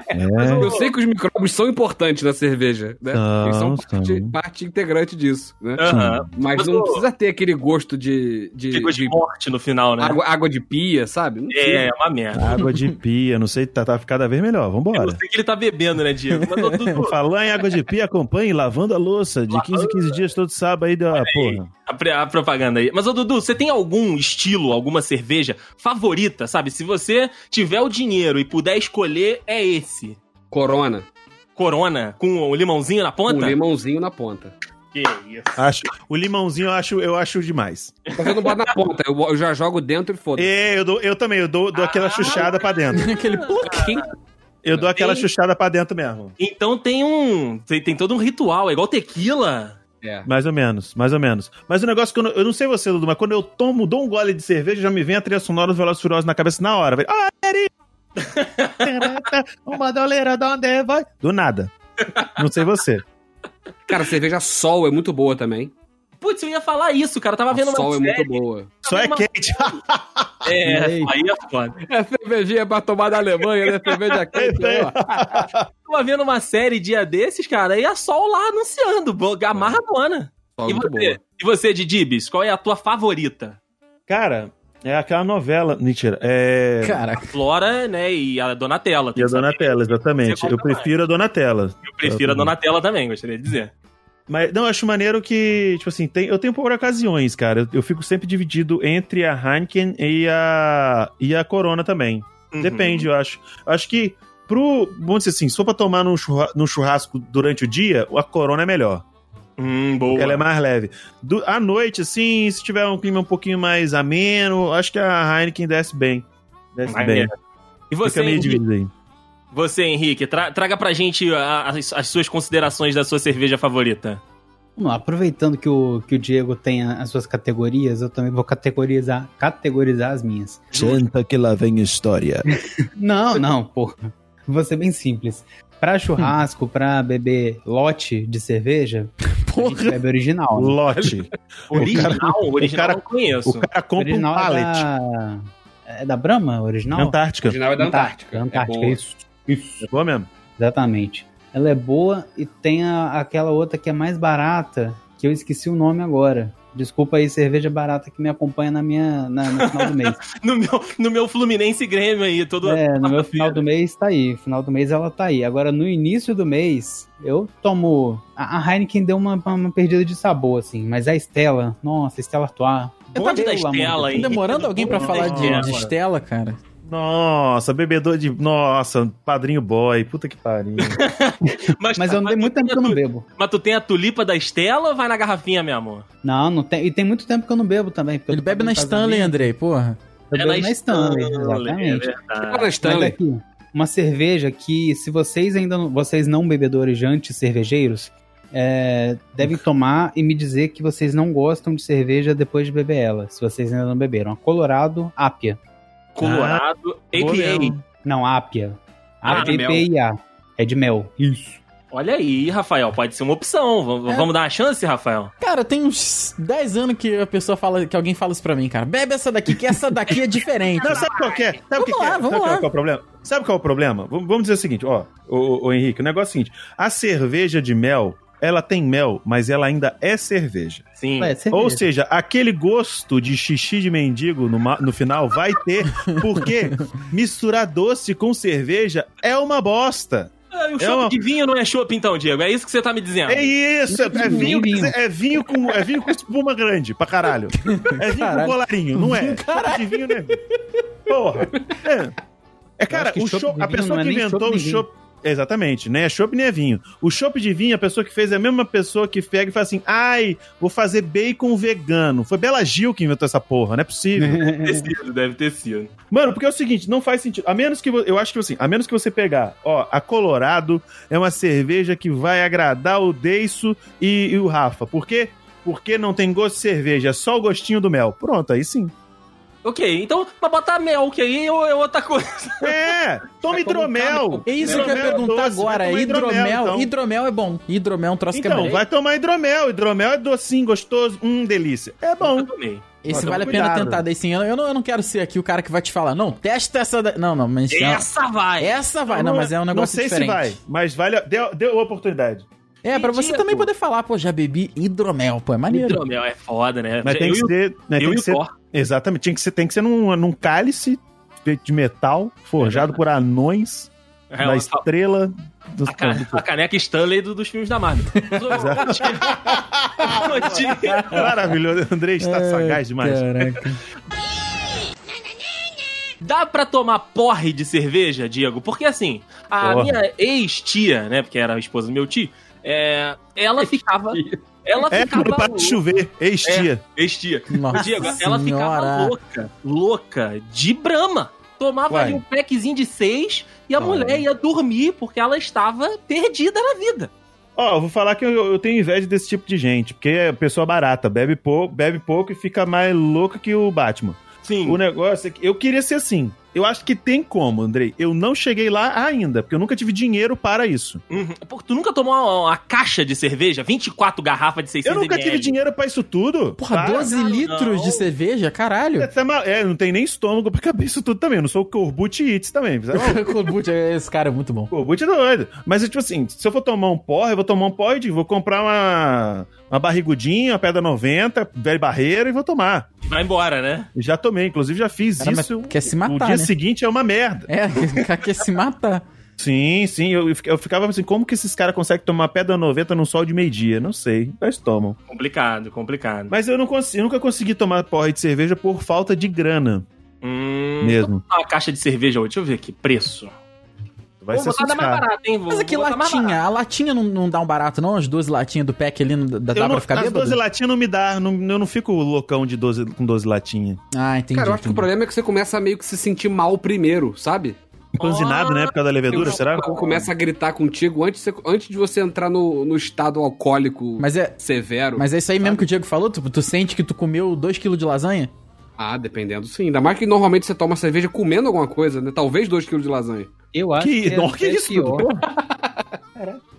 S4: É.
S6: Eu sei que os micróbios são importantes na cerveja, né?
S4: São,
S6: Eles são parte,
S4: são.
S6: parte integrante disso, né?
S3: Aham.
S6: Mas não
S3: É, Mas, ô,
S6: precisa ter aquele gosto de, de,
S3: Ficou de
S6: de
S3: morte no final, né?
S6: água, água de pia, sabe? Não
S3: É,
S6: precisa.
S3: é uma merda.
S4: Água de pia, não sei, tá, tá cada vez melhor.
S3: Eu
S4: Vambora.
S3: sei que ele tá bebendo, né, Diego? Mas, ô, Dudu,
S6: [LAUGHS]
S4: Falar em água de pia, acompanhe lavando a louça de 15 em 15 dias todo sábado aí da porra.
S3: A, pre- a propaganda aí. Mas, ô Dudu, você tem algum estilo, alguma cerveja favorita, sabe? Se você tiver o dinheiro e puder escolher, é esse.
S6: Corona,
S3: Corona com o limãozinho na
S6: com
S3: ponta?
S6: limãozinho na ponta.
S3: Que isso.
S4: Acho, o limãozinho eu acho, eu acho demais.
S6: Mas eu não boto na ponta, eu, eu já jogo dentro e foda-se.
S4: É, eu, dou- eu também, eu dou, dou aquela chuchada pra dentro.
S2: Aquele tá pluc.
S6: Quem-
S4: Eu dou aquela
S3: Ei.
S4: chuchada pra dentro mesmo.
S3: Então tem um. Tem, tem todo um ritual, é igual tequila.
S6: É.
S4: Mais ou menos, mais ou menos. Mas o negócio é que eu não, eu não sei você, Dudu, mas quando eu tomo, dou um gole de cerveja, já me vem a trilha sonora dos Velozes e Furiosos na cabeça na hora. velho. Ah, Eri! Uma doleira de onde vai? Do nada. Não sei você.
S6: Cara, cerveja sol é muito boa também.
S3: Putz, eu ia falar isso, cara. Eu tava Tá vendo uma
S6: sol é
S3: série.
S6: muito boa.
S4: Só é quente. [LAUGHS]
S3: É,
S5: Ei.
S3: aí é foda.
S6: É cervejinha pra tomar da Alemanha, né?
S3: [LAUGHS]
S6: Cerveja quente,
S3: É.
S4: aí,
S6: ó.
S3: Tava vendo uma série dia desses, cara, e a Sol lá anunciando. bo- Amarra a doana.
S6: Sol é
S3: E
S6: muito boa.
S3: você? E você, Didibis, qual é a tua favorita?
S4: Cara, é aquela novela. Mentira. É.
S2: Caraca.
S3: Flora, né, e a Donatella.
S4: E
S3: tem
S4: a
S3: que saber.
S4: Donatella, exatamente.
S3: Você
S4: Eu
S3: gosta mais.
S4: prefiro a Donatella.
S3: Eu prefiro a Donatella também, gostaria de dizer.
S4: Mas não, eu acho maneiro que, tipo assim, tem, eu tenho por ocasiões, cara. Eu, eu fico sempre dividido entre a Heineken e a, e a Corona também.
S3: Uhum.
S4: Uhum. Depende, eu acho. Eu Acho que pro, vamos dizer assim, se for pra tomar num, churra- num churrasco durante o dia, a Corona é melhor.
S3: Hum, boa.
S4: Ela é mais leve. Do- à noite, assim, se tiver um clima um pouquinho mais ameno, acho que a Heineken desce bem. Desce
S3: Maneiro.
S4: bem.
S3: E você,
S4: Fica meio
S3: Henrique,
S4: dividido aí.
S3: você, Henrique tra- traga pra gente a- as, as suas considerações da sua cerveja
S4: [LAUGHS]
S3: favorita.
S5: Vamos lá, aproveitando que o, que o Diego tem a- as suas categorias, eu também vou categorizar, categorizar as minhas.
S4: Janta que lá vem [LAUGHS] história.
S5: Não, [LAUGHS] não, porra. Vou ser bem simples.
S2: Hum.
S5: Pra churrasco, pra beber lote de cerveja, a gente
S2: Porra.
S5: bebe original. né?
S4: Lote.
S3: Original, original
S4: cara-
S3: eu não conheço.
S4: O cara compra um
S5: original é
S4: pallet.
S5: da... É da Brahma, original?
S4: Antártica.
S6: Original é da Antártica.
S5: Antártica,
S6: boa.
S5: isso. Isso.
S4: É boa mesmo.
S5: Exatamente. Ela é boa e tem a- aquela outra que é mais barata, que eu esqueci o nome agora. Desculpa aí, cerveja barata que me acompanha na minha, na, no final do mês.
S6: [LAUGHS]
S3: No, meu, no meu Fluminense Grêmio aí, todo.
S5: É, no meu final do mês tá aí. Final do mês ela tá aí. Agora, no início do mês, eu tomo. A a Heineken deu uma, uma perdida de sabor, assim. Mas a Estela, nossa, Estela Artois.
S3: Eu tava da
S5: Pelo amor de
S3: Estela
S5: Deus.
S3: aí.
S2: Demorando alguém pra falar de, de
S3: Estela.
S2: Estela, cara.
S4: Nossa, bebedor de. Nossa, padrinho boy. Puta que pariu.
S5: Mas
S3: tá
S5: eu não tenho muito tempo que eu não bebo.
S3: Mas tu tem a tulipa da Estela ou vai na garrafinha mesmo?
S5: Não, não tem. E tem muito tempo que eu não bebo também. porque eu
S2: Ele
S5: tô
S2: bebe na
S5: fazendo
S2: Stanley, né?
S5: casamento.
S2: Andrei, porra.
S5: Eu bebo na Stanley, exatamente.
S3: é verdade.
S4: Ah,
S6: Cara,
S5: Mas
S6: Stanley.
S5: aqui, uma cerveja que, se vocês ainda não, vocês não bebedores de anti-cervejeiros, é, devem tomar e me dizer que vocês não gostam de cerveja depois de beber ela, se vocês ainda não beberam. A Colorado Ápia.
S3: Colorado,
S4: ah, boa
S3: APA.
S4: mesmo.
S5: Não, Ápia.
S3: Ah,
S5: a
S6: de
S5: p p a É de mel. Isso.
S3: Olha aí, Rafael, pode ser uma opção. Vamos,
S2: É.
S3: vamos dar uma chance, Rafael?
S2: Cara, tem uns 10 anos que a pessoa fala, que alguém fala isso pra mim, cara. Bebe essa daqui, que essa daqui é diferente.
S4: Não, sabe qual que é? Sabe o que,
S2: Vamos
S4: que
S2: lá,
S4: é?
S2: vamos
S4: sabe qual
S2: lá.
S4: que é o problema? Sabe qual é o problema? V- vamos dizer o seguinte, ó, ô, ô, ô, Henrique, o negócio é o seguinte: a cerveja de mel, ela tem mel, mas ela ainda é cerveja.
S3: Sim.
S5: É, cerveja.
S4: Ou seja, aquele gosto de xixi de mendigo no, ma- no final vai ter, porque misturar doce com cerveja é uma bosta.
S3: Ah, e o
S4: É
S3: chopp
S4: uma-
S3: de vinho não é chopp, então, Diego. É isso que você tá me dizendo.
S4: É isso, é, é
S5: Nem
S4: vinho,
S5: vinho.
S4: é vinho com é vinho com espuma grande, pra
S5: [LAUGHS]
S4: caralho. É vinho com
S2: Caralho.
S4: colarinho, não é? Chope de vinho, né? Porra. É, É, cara,
S5: acho que
S4: o
S5: chope
S4: cho-
S5: de
S4: a
S5: vinho
S4: pessoa
S5: não é
S4: que
S5: nem
S4: inventou
S5: chope
S4: o
S5: nem
S4: chopp... Exatamente, né? Chopp nem é vinho. O chopp de vinho, a pessoa que fez é a mesma pessoa que pega e fala assim, ai, vou fazer bacon vegano. Foi Bela Gil que inventou essa porra, não é possível.
S3: Deve ter sido, deve ter sido.
S4: Mano, porque é o seguinte, não faz sentido. A menos que vo- eu acho que assim, a menos que você pegar, ó, a Colorado é uma cerveja que vai agradar o Deiso e, e o Rafa. Por quê? Porque não tem gosto de cerveja, é só o gostinho do mel. Pronto,
S2: [LAUGHS]
S4: aí sim.
S3: Ok, então, mas botar mel, que aí é outra coisa.
S4: É, toma
S6: Vai tomar um
S4: hidromel.
S6: carro.
S2: É isso que eu ia
S4: Hidromel
S2: perguntar
S4: doce, vai
S2: agora.
S4: tomar
S2: Hidromel, hidromel,
S4: então.
S2: é bom. Hidromel é um troço que é
S4: Então,
S2: bom.
S4: vai tomar hidromel. Hidromel é docinho, gostoso, hum, delícia. É
S3: [LAUGHS]
S4: bom.
S3: Eu tomei.
S2: Esse
S4: Então,
S2: vale a
S4: cuidado.
S2: pena tentar, daí sim. Eu, eu não, eu não quero ser aqui o cara que vai te falar, não, testa essa. da- Não, não, mas.
S3: Essa vai!
S2: Essa vai, não, mas é um negócio
S4: Não sei
S2: diferente.
S4: se vai, mas vale a... Deu, deu a oportunidade.
S2: É, pra você
S3: Entendi,
S2: também
S3: pô.
S2: poder falar, pô, já bebi hidromel, pô, é maneiro.
S3: Hidromel é foda, né?
S4: Mas tem
S3: eu
S4: que
S3: e o-
S4: ser... né,
S3: eu
S4: tem
S3: e
S4: que
S3: o
S4: ser
S3: Thor.
S4: exatamente, tinha que ser, tem que ser num, num cálice feito de metal, forjado por anões,
S3: É,
S4: da
S3: a-
S4: estrela... Dos...
S3: a, ca- a caneca Stanley do- dos filmes da
S4: [LAUGHS]
S3: Marvel. [LAUGHS]
S4: Maravilhoso, André está sagaz demais.
S2: Caraca.
S3: Dá pra tomar porre de cerveja, Diego? Porque assim, a
S4: Porra.
S3: minha ex-tia, né? Porque era a esposa do meu tio, é, ela ficava. Ela
S4: É,
S3: ficava.
S4: quando para de chover, ex-tia.
S3: Ex-tia.
S2: Nossa
S3: Diego, ela
S2: senhora.
S3: ficava louca, louca, de brama. Tomava
S4: Ué.
S3: ali um packzinho de seis e a mulher ia dormir porque ela estava perdida na vida.
S4: Ó, eu vou falar que eu, eu tenho inveja desse tipo de gente, porque é pessoa barata, bebe pouco, bebe pouco e fica mais louca que o Batman.
S3: Sim.
S4: O negócio é que eu queria ser assim. Eu acho que tem como, Andrei. Eu não cheguei lá ainda, porque eu nunca tive dinheiro para isso.
S3: Uhum. Pô, tu nunca tomou uma, uma caixa de cerveja? 24 garrafas é de 600
S4: Eu nunca tive
S3: ml.
S4: dinheiro para isso tudo.
S2: Porra,
S4: Para.
S2: 12
S3: não.
S2: litros de cerveja? Caralho.
S4: É, tá mal- é, não tem nem estômago pra caber isso tudo também. Eu não sou o Corbucci Itz também. sabe?
S2: [LAUGHS] Corbucci, esse cara é muito bom.
S4: O Corbucci é doido. Mas, tipo assim, se eu for tomar um porra, eu vou tomar um porra e vou comprar uma, uma barrigudinha, uma pedra 90, velho barreiro e vou tomar.
S3: Vai embora, né?
S4: Já tomei, inclusive já fiz
S2: Cara, mas
S4: isso.
S2: quer se
S4: o
S2: matar, né?
S4: dia seguinte é uma merda.
S2: É, o cara quer se matar.
S4: Sim, sim. Eu, eu fica- eu ficava assim, como que esses caras conseguem tomar pedra 90 num sol de meio-dia? Não sei, mas tomam.
S3: Complicado, complicado.
S4: Mas eu, não consigo, eu nunca consegui tomar porra de cerveja por falta de grana
S3: Hum,
S4: mesmo.
S3: Uma caixa de cerveja hoje, deixa eu ver que preço.
S4: Vai
S3: Vou
S4: ser assim,
S3: botar da mais
S4: assustar.
S3: barata, hein? Vou,
S2: Mas aqui,
S3: vou botar mais
S2: latinha. A latinha não, não dá um barato, não? As 12 latinhas do pack ali não dá, dá
S4: Eu
S2: pra
S4: não,
S2: ficar
S4: as
S2: bêbado?
S4: 12 latinhas não me dá, não- eu não fico loucão de 12, com 12 latinhas.
S2: Ah, entendi.
S6: Cara, eu acho que o
S2: entendi.
S6: problema é que você começa a meio que se sentir mal primeiro, sabe?
S4: Empanzinado,
S3: Ah,
S4: né? Por causa da levedura,
S6: O
S4: será?
S6: álcool começa a gritar contigo antes, de você- antes de você entrar no, no estado alcoólico
S2: Mas é,
S6: severo.
S2: mas é isso aí mesmo que o Diego falou? Tu, tu sente que tu comeu 2kg de lasanha?
S6: Ah, dependendo sim. Ainda mais que normalmente você toma cerveja comendo alguma coisa, né? Talvez 2kg de lasanha.
S5: Eu acho
S4: Que-
S5: que,
S4: não,
S5: é
S4: que
S5: até
S4: isso,
S5: pior.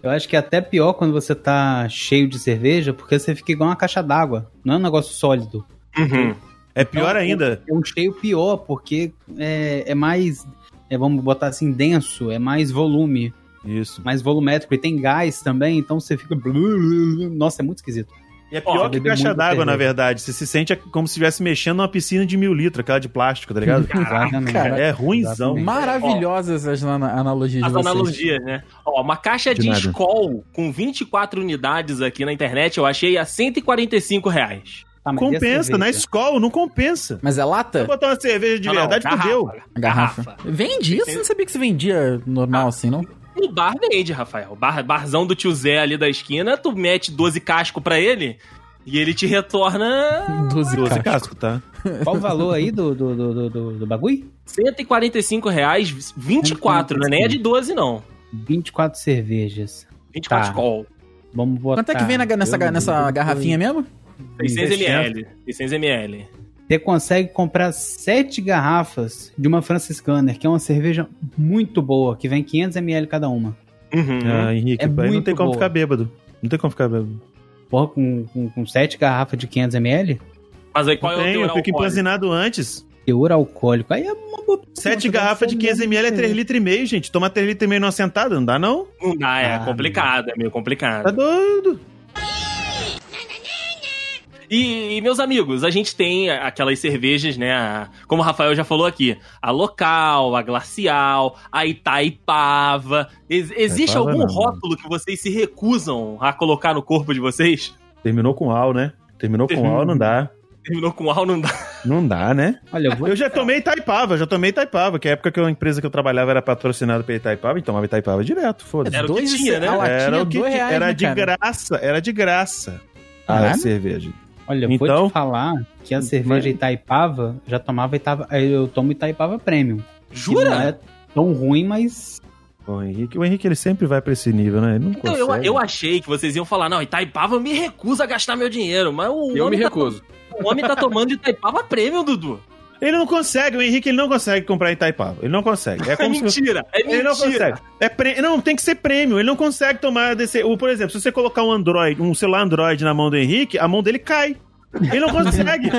S5: Eu acho que é até pior quando você tá cheio de cerveja, porque você fica igual uma caixa d'água. Não é um negócio sólido.
S3: barata. Uhum.
S4: É pior ainda.
S5: É um cheio pior, porque é, é mais. é, vamos botar assim, denso, é mais volume,
S4: Isso.
S5: mais volumétrico. E tem gás também, então você fica. Nossa, é muito esquisito.
S4: E é pior
S3: Ó,
S4: que
S5: beber
S4: caixa
S5: muita
S4: d'água, na
S5: cerveja.
S4: verdade. Você se sente é como se estivesse mexendo numa piscina de mil litros, aquela de plástico, tá
S5: [LAUGHS]
S4: ligado?
S5: Exatamente.
S2: cara.
S4: É ruimzão.
S5: Exatamente.
S2: Maravilhosas as ana- analogias de
S3: As
S2: vocês.
S3: analogias, né? Ó, uma caixa
S4: De
S3: de,
S4: nada.
S3: Skol com 24 unidades aqui na internet eu achei a 145 reais.
S5: Tá, mas e a
S4: Compensa, na
S2: né?
S5: cerveja?
S4: escola não compensa.
S2: Mas é
S4: Vou
S2: lata?
S4: botar uma cerveja de
S3: Não, tá não,
S4: verdade,
S3: garrafa,
S4: fudeu.
S2: Garrafa.
S3: Garrafa.
S2: Vende isso? Eu não sabia que se vendia normal assim, não?
S3: O bar vende, Rafael. Bar, barzão do tio Zé ali da esquina, tu mete 12 casco pra ele e ele te retorna
S2: 12
S4: Doze
S2: caixas.
S4: casco, tá?
S5: Qual o valor aí do, do, do, do, do, do bagulho?
S3: 145 reais, 24, né? Nem é de 12, não.
S5: 24 cervejas.
S3: 24
S5: Tá.
S3: Skol.
S5: Vamos botar.
S2: Quanto é que vem na- nessa,
S5: Eu-
S2: nessa garrafinha mesmo?
S3: 600 ml. 600 ml.
S5: Você consegue comprar sete garrafas de uma Franciscaner, que é uma cerveja muito boa, que vem 500ml cada uma.
S3: Uhum.
S4: Ah, Henrique,
S5: É
S4: aí não
S5: muito
S4: tem como
S5: boa.
S4: ficar bêbado. Não tem como ficar bêbado.
S5: Porra, com, com, com sete garrafas de 500ml?
S3: Mas aí qual
S4: não
S3: é o
S4: tem,
S3: teu
S4: eu fico
S3: alcoólico?
S4: empanzinado antes.
S5: Teor alcoólico. Aí é uma boa.
S4: Sete garrafas
S5: um
S4: de 15ml é 3 litros e meio, gente. Toma 3 litros e meio numa sentada, não dá não?
S3: Não dá, é
S5: Ah,
S3: complicado, é meio
S4: Tá
S3: complicado.
S4: doido.
S3: E, e, meus amigos, a gente tem aquelas cervejas, né? a- como o Rafael já falou aqui, a local, a glacial, a Itaipava. Ex- existe
S4: Itaipava
S3: algum
S4: não.
S3: rótulo que vocês se recusam a colocar no corpo de vocês?
S4: Terminou com al, né? Terminou com
S3: Terminou.
S4: al, não dá.
S3: Terminou com al, não dá.
S4: Não dá, né?
S5: Olha, eu vou.
S4: Eu já tomei Itaipava, já tomei Itaipava, que a época que a empresa que eu trabalhava era patrocinada pela Itaipava, então tomava Itaipava direto, foda-se.
S3: Era o que
S2: Dois-
S3: tinha, né?
S2: A latinha
S4: Era
S2: é
S4: o que
S2: dois reais,
S4: era
S2: né,
S4: de
S2: cara?
S4: graça, era de graça a é?
S5: Caralho.
S4: cerveja.
S5: Olha, eu
S4: Então-
S5: vou te falar que a cerveja Itaipava, já tomava Itaipava. Eu tomo Itaipava Premium. que Não é
S3: Jura?
S5: tão ruim, mas.
S4: O Henrique, o Henrique ele sempre vai pra esse nível, né? Ele não
S3: Então,
S4: consegue.
S3: eu, eu achei que vocês iam falar, não, Itaipava eu me recusa a gastar meu dinheiro, mas o,
S6: Eu me
S3: homem, tá,
S6: recuso.
S3: o homem tá tomando Itaipava prêmio, Dudu.
S4: Ele não consegue, o Henrique ele não consegue comprar Itaipava. Ele
S3: [LAUGHS]
S4: não consegue. É
S3: É
S4: como se
S3: mentira, é
S4: Ele não
S3: mentira.
S4: consegue. É pre- Não, tem que ser prêmio. Ele não consegue tomar desse. Ou, por exemplo, se você colocar um Android, um celular Android na mão do Henrique, a mão dele cai. Ele não consegue.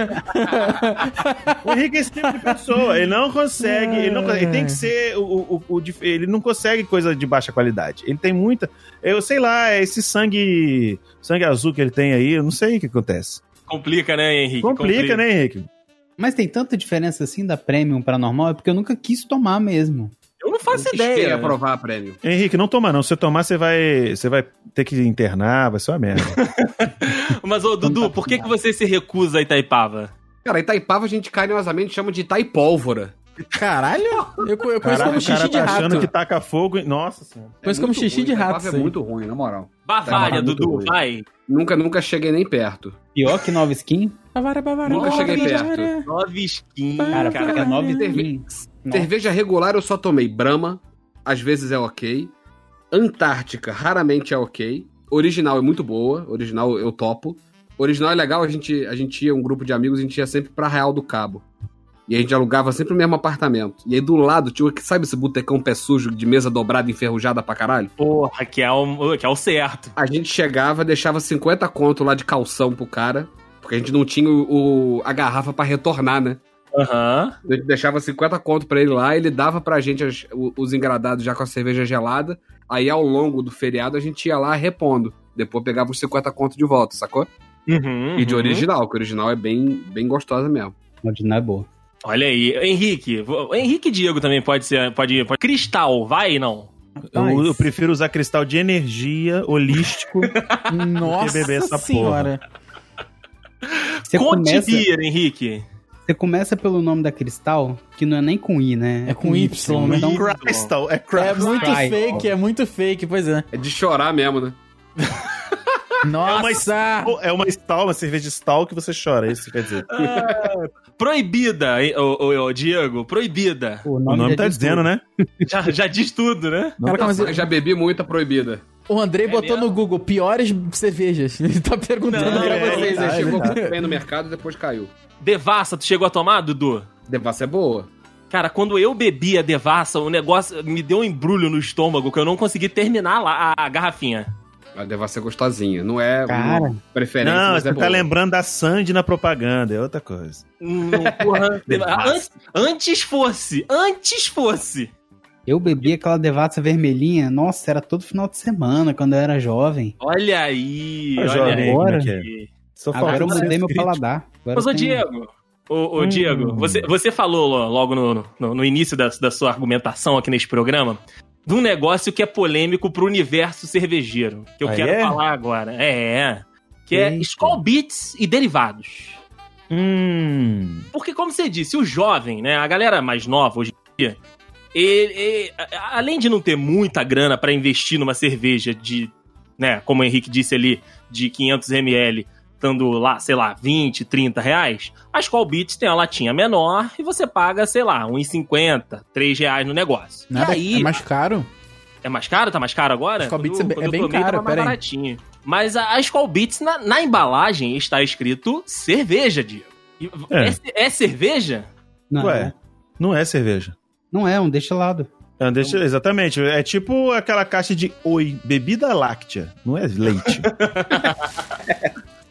S4: o Henrique é esse tipo de pessoa. Ele não consegue. Ele, não, ele tem que ser o, o, o dif- Ele não consegue coisa de baixa qualidade. Ele tem muita. Eu sei lá, é esse sangue. Sangue azul que ele tem aí, eu não sei o que acontece.
S3: Complica, né, Henrique?
S4: Complica, né, Henrique?
S5: Mas tem tanta diferença assim da Premium pra normal, é porque eu nunca quis tomar mesmo.
S3: Eu não faço
S6: Espera
S3: ideia.
S6: aprovar a prêmio.
S4: Henrique, não toma, não. Se você tomar, você vai. Você vai ter que internar, vai ser uma merda.
S3: Mas, ô, Dudu, por que, que você se recusa a Itaipava?
S6: Cara, Itaipava a gente carinhosamente chama de Itaipólvora.
S2: Caralho! Eu, co- eu conheço
S4: Caralho,
S2: como
S4: o cara
S2: xixi de
S4: tá achando
S2: rato.
S4: que taca fogo. em- Nossa senhora.
S6: É
S2: Conheço como
S6: muito
S2: um xixi
S6: ruim,
S2: de
S6: Itaipava
S2: rato. isso
S6: É
S2: aí.
S6: muito ruim, na moral.
S3: Bavária,
S4: Tá muito
S3: Dudu,
S4: doido.
S3: vai.
S6: Nunca, nunca cheguei nem perto.
S5: Pior que nova skin.
S2: Bavara, bavara,
S6: Nunca
S2: bavara,
S6: cheguei perto.
S2: bavara.
S3: Nove skins,
S2: Cara,
S3: cara.
S5: Porque a nova skin. Nossa.
S6: Cerveja regular eu só tomei Brahma, às vezes é ok. Antártica raramente é ok. Original é muito boa, original eu topo. Original é legal, a gente, a gente ia, um grupo de amigos, a gente ia sempre pra Real do Cabo. E a gente alugava sempre o mesmo apartamento. E aí do lado tinha, o que sabe esse botecão pé sujo de mesa dobrada enferrujada pra caralho?
S3: Porra, que é, o, que é o certo.
S6: A gente chegava, deixava 50 conto lá de calção pro cara, porque a gente não tinha o, o- a garrafa pra retornar, né?
S3: Aham.
S6: A gente deixava 50 conto pra ele lá, ele dava pra gente as- o- os engradados já com a cerveja gelada. Aí ao longo do feriado a gente ia lá repondo. Depois pegava os 50 conto de volta, sacou?
S3: Uhum,
S6: E de
S3: uhum.
S6: original, que o original é bem, bem gostosa mesmo.
S5: Original é boa.
S3: Olha aí, Henrique. vo- Henrique e Diego também pode ser. Pode, pode- Cristal, vai não?
S5: Então é
S4: Eu, eu prefiro usar cristal de energia holístico.
S2: Nossa
S4: beber essa porra.
S2: senhora.
S5: Você
S3: Conte
S5: começa,
S3: beer, Henrique.
S5: você começa pelo nome da Cristal, que não é nem com I, né?
S2: É com Y, né?
S5: Então,
S4: crystal, é
S2: É
S4: crystal.
S2: muito
S5: Cry.
S2: fake, é muito fake, pois é.
S6: É de chorar mesmo, né?
S2: Nossa!
S4: É uma stal, uma cerveja de stal que você chora, é isso quer dizer.
S3: Proibida, hein, ô, ô, ô, Diego, proibida.
S5: O
S4: O nome
S5: já
S4: tá
S5: diz tudo.
S4: dizendo, né?
S3: Já, já diz tudo, né?
S2: Caraca, mas
S6: Eu já bebi muita proibida.
S2: o Andrei botou
S3: mesmo?
S2: no Google piores cervejas. [LAUGHS] Ele tá perguntando
S3: Não,
S2: pra
S4: é,
S2: vocês. aí.
S4: é, é,
S6: aí
S4: é.
S6: né? chegou
S4: verdade.
S6: bem no mercado e depois caiu.
S3: Devassa, tu chegou a tomar, Dudu?
S6: Devassa é boa.
S3: Cara, quando eu bebi a devassa, o negócio me deu um embrulho no estômago que eu não consegui terminar lá a garrafinha.
S6: A Devassa é gostosinha. Não é
S5: Cara.
S6: uma preferência,
S4: Não,
S6: mas
S4: você
S6: é
S4: tá
S6: boa.
S4: lembrando da Sandy na propaganda, é outra coisa. [LAUGHS]
S3: Hum, porra. antes, antes fosse, antes fosse.
S5: Eu bebi aquela devassa vermelhinha, nossa, era todo final de semana, quando eu era jovem.
S3: Olha aí,
S4: Olha,
S3: olha
S4: jovem,
S3: aí.
S4: como
S5: agora?
S4: é que é? Só
S5: Agora eu
S4: faltou
S5: mudei
S4: senso
S5: meu
S4: crítico.
S5: paladar. Agora
S3: Mas, ô
S5: eu tenho-
S3: Diego, ô,
S4: Hum.
S3: ô, Diego, você, você falou lo- logo no, no, no início da, da sua argumentação aqui neste programa de um negócio que é polêmico pro universo cervejeiro, que eu
S4: Ah,
S3: quero
S4: é?
S3: falar agora. É, que é
S4: Eita.
S3: Skol Beats e derivados.
S4: Hum.
S3: Porque, como você disse, o jovem, né? A galera mais nova hoje em dia, ele- ele- a- a- além de não ter muita grana pra investir numa cerveja de, né? Como o Henrique disse ali, de 500ml, dando lá, sei lá, 20, 30 reais, as Call Beats tem a latinha menor e você paga, sei lá, 1,50, 3 reais no negócio.
S2: Nada,
S3: e aí,
S2: é mais caro?
S3: é mais caro? Tá mais caro agora?
S2: A Skol Beats
S3: Quando-
S2: é bem-
S3: quando
S2: é
S3: eu
S2: bem
S3: tomei,
S2: caro,
S3: tava mais
S2: pera aí.
S3: baratinho. Mas a, a Skol Beats, na, na embalagem, está escrito cerveja, Diego. E-
S4: É.
S3: é- é cerveja?
S5: Não,
S4: Ué, não é cerveja.
S5: não é, um destilado.
S4: Não, Ah, deixa- exatamente, é tipo aquela caixa de oi, bebida láctea, não é leite.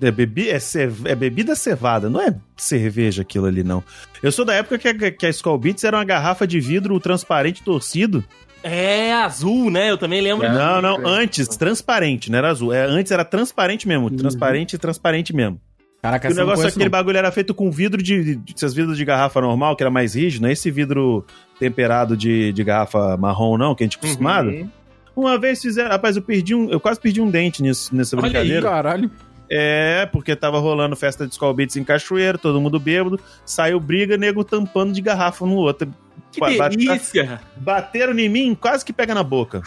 S4: é, bebi, é, cerve- é bebida cevada, não é cerveja aquilo ali, não. Eu sou da época que a, que a Skull Beats era uma garrafa de vidro transparente torcido.
S3: É, azul, né? Eu também lembro. disso.
S4: Não, não, antes, transparente, não era azul. É, antes era transparente mesmo, transparente, transparente mesmo.
S2: Caraca,
S4: E o
S2: essa eu não
S4: negócio, é
S2: conheço,
S4: aquele
S2: não.
S4: bagulho era feito com vidro de, de. Essas vidros de garrafa normal, que era mais rígido, não é esse vidro temperado de, de garrafa marrom, não, que a gente
S3: Uhum.
S4: é acostumado. Uma vez fizeram. Rapaz, eu perdi um. Eu quase perdi um dente nisso, nessa
S3: Olha aí,
S4: brincadeira.
S2: Caralho.
S4: é, porque tava rolando festa de Skull Beats em Cachoeiro, todo mundo bêbado. Saiu briga, nego tampando de garrafa um no outro.
S3: Que
S4: Ba- bate-
S3: delícia!
S4: Bateram em mim, quase que pega na boca.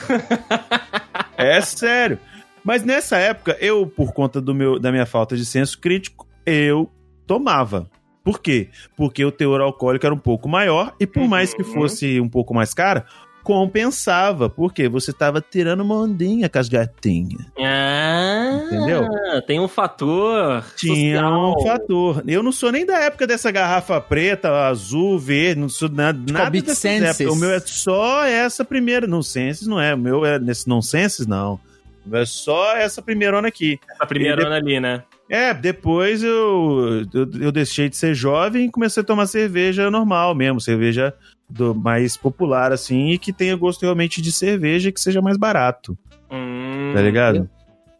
S4: é sério. Mas nessa época, eu, por conta do meu, da minha falta de senso crítico, eu tomava. Por quê? Porque o teor alcoólico era um pouco maior e por mais que fosse um pouco mais cara, compensava, porque você tava tirando uma ondinha com as gatinhas.
S3: Ah,
S4: Entendeu?
S3: Tem um fator
S4: Tinha
S3: social.
S4: um fator. Eu não sou nem da época dessa garrafa preta, azul, verde, não sou nada, nada
S2: Tipo, Beat
S4: dessas
S2: Senses.
S4: épocas. O meu é só essa primeira. Não, Senses não é. O meu é nesse não Senses, não. O meu é só essa primeirona aqui.
S3: Essa primeira
S4: E de-
S3: ano ali, né?
S4: É, depois eu, eu, eu deixei de ser jovem e comecei a tomar cerveja normal mesmo, cerveja do, mais popular, assim, e que tenha gosto realmente de cerveja e que seja mais barato,
S3: Hum,
S5: Uhum.
S4: tá
S2: Uhum.
S4: ligado?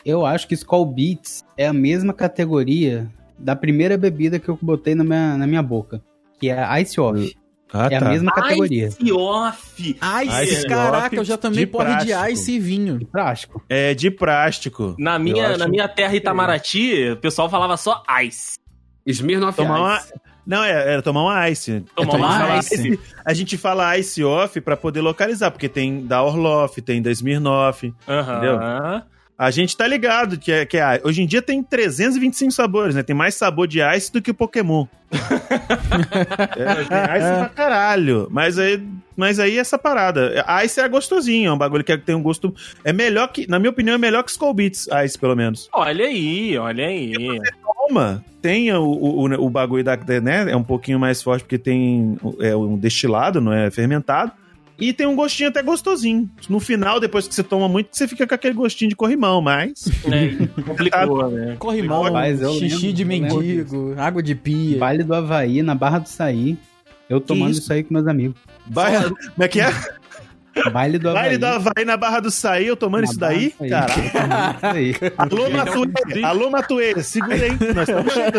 S5: Eu acho que Skull Beats é a mesma categoria da primeira bebida que eu botei na minha, na minha boca, que é a Ice Off.
S4: Ah,
S2: tá.
S5: é a mesma categoria.
S3: Ice off.
S2: Ice,
S4: Ice
S2: caraca,
S4: Off
S2: eu já tomei
S4: de
S2: porra de
S4: plástico.
S2: ice e vinho.
S5: De plástico.
S4: É de plástico.
S3: Na minha,
S4: acho- é.
S3: na minha terra Itamaraty, o pessoal falava só ice.
S6: Smirnoff
S4: Tomar uma-
S6: Ice.
S4: Não, é, era, era tomar uma ice.
S3: Tomar
S4: a gente
S3: uma
S4: fala
S3: ice.
S4: [LAUGHS] A gente fala ice off pra poder localizar, porque tem da Orloff, tem da Smirnoff.
S3: Aham.
S4: Entendeu? A gente tá ligado que é, que é hoje em dia tem 325 sabores, né? Tem mais sabor de ice do que Pokémon. é, tem ice pra caralho. Mas aí, mas aí é essa parada, ice é gostosinho, é um bagulho que tem um gosto é melhor que, na minha opinião, é melhor que Skull Beats, ice pelo menos.
S3: Olha aí, olha aí.
S4: Toma, tem o, o, o- o bagulho da, né, é um pouquinho mais forte porque tem é um destilado, não é fermentado. E tem um gostinho até gostosinho. No final, depois que você toma muito, você fica com aquele gostinho de corrimão, mas.
S3: É, complicou, né?
S2: Corrimão,
S5: Rapaz, eu
S2: xixi
S5: lembro,
S2: de
S5: eu lembro
S2: mendigo, água de pia.
S5: Vale do Havaí, na Barra do Saí. Eu tomando
S4: isso?
S5: isso? aí com meus amigos.
S4: [LAUGHS] Vai, como é que é?
S5: Baile do Havaí.
S4: Baile do Havaí na Barra do Saí, eu tomando
S5: na
S4: isso daí?
S5: Barra do Saí.
S4: Caraca.
S5: Eu tomando isso aí.
S4: Alô, Matuê! Alô, Matuê! Segura aí, nós estamos chegando.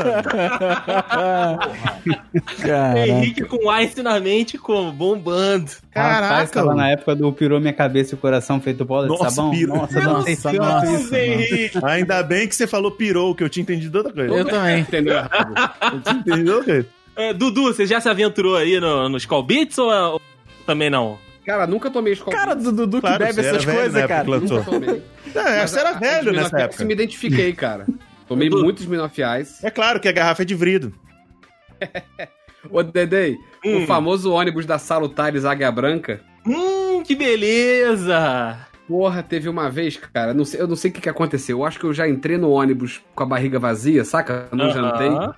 S2: Caraca.
S3: Henrique com ice na mente, como? Bombando.
S5: Rapaz,
S4: Caraca!
S5: tava
S4: mano.
S5: na época do pirou minha cabeça e o coração feito bola
S4: Nossa,
S5: de sabão.
S4: pirou.
S5: Nossa, não sei
S2: Nossa,
S5: tanto
S2: nossa.
S5: isso. mano.
S4: Ainda bem que você falou pirou, que eu tinha entendido outra coisa.
S2: Eu também.
S6: Entendeu errado.
S4: Eu tinha entendido outra coisa.
S3: É, Dudu, você já se aventurou aí no, nos Call Beats ou, ou também não?
S6: Cara, nunca tomei Skull
S2: Cara do Dudu que
S4: Claro,
S2: bebe
S4: você era
S2: essas
S4: velho na
S2: coisas,
S4: época
S2: cara.
S4: que lançou.
S6: Nunca tomei.
S4: É,
S6: Mas
S4: você era
S6: a- a
S4: velho
S6: Smirnoff
S4: nessa
S6: Ice
S4: época.
S6: me identifiquei, cara. Tomei
S3: Dudu.
S6: muito Smirnoff Ice.
S4: É claro que a garrafa é de vidro.
S6: Ô, Dedei,
S3: Hum.
S6: o famoso ônibus da Salutares Águia Branca,
S3: Hum, que beleza!
S6: Porra, teve uma vez, cara, não sei- eu não sei o que, que aconteceu. Eu acho que eu já entrei no ônibus com a barriga vazia, saca? Eu Não jantei.
S3: Aham.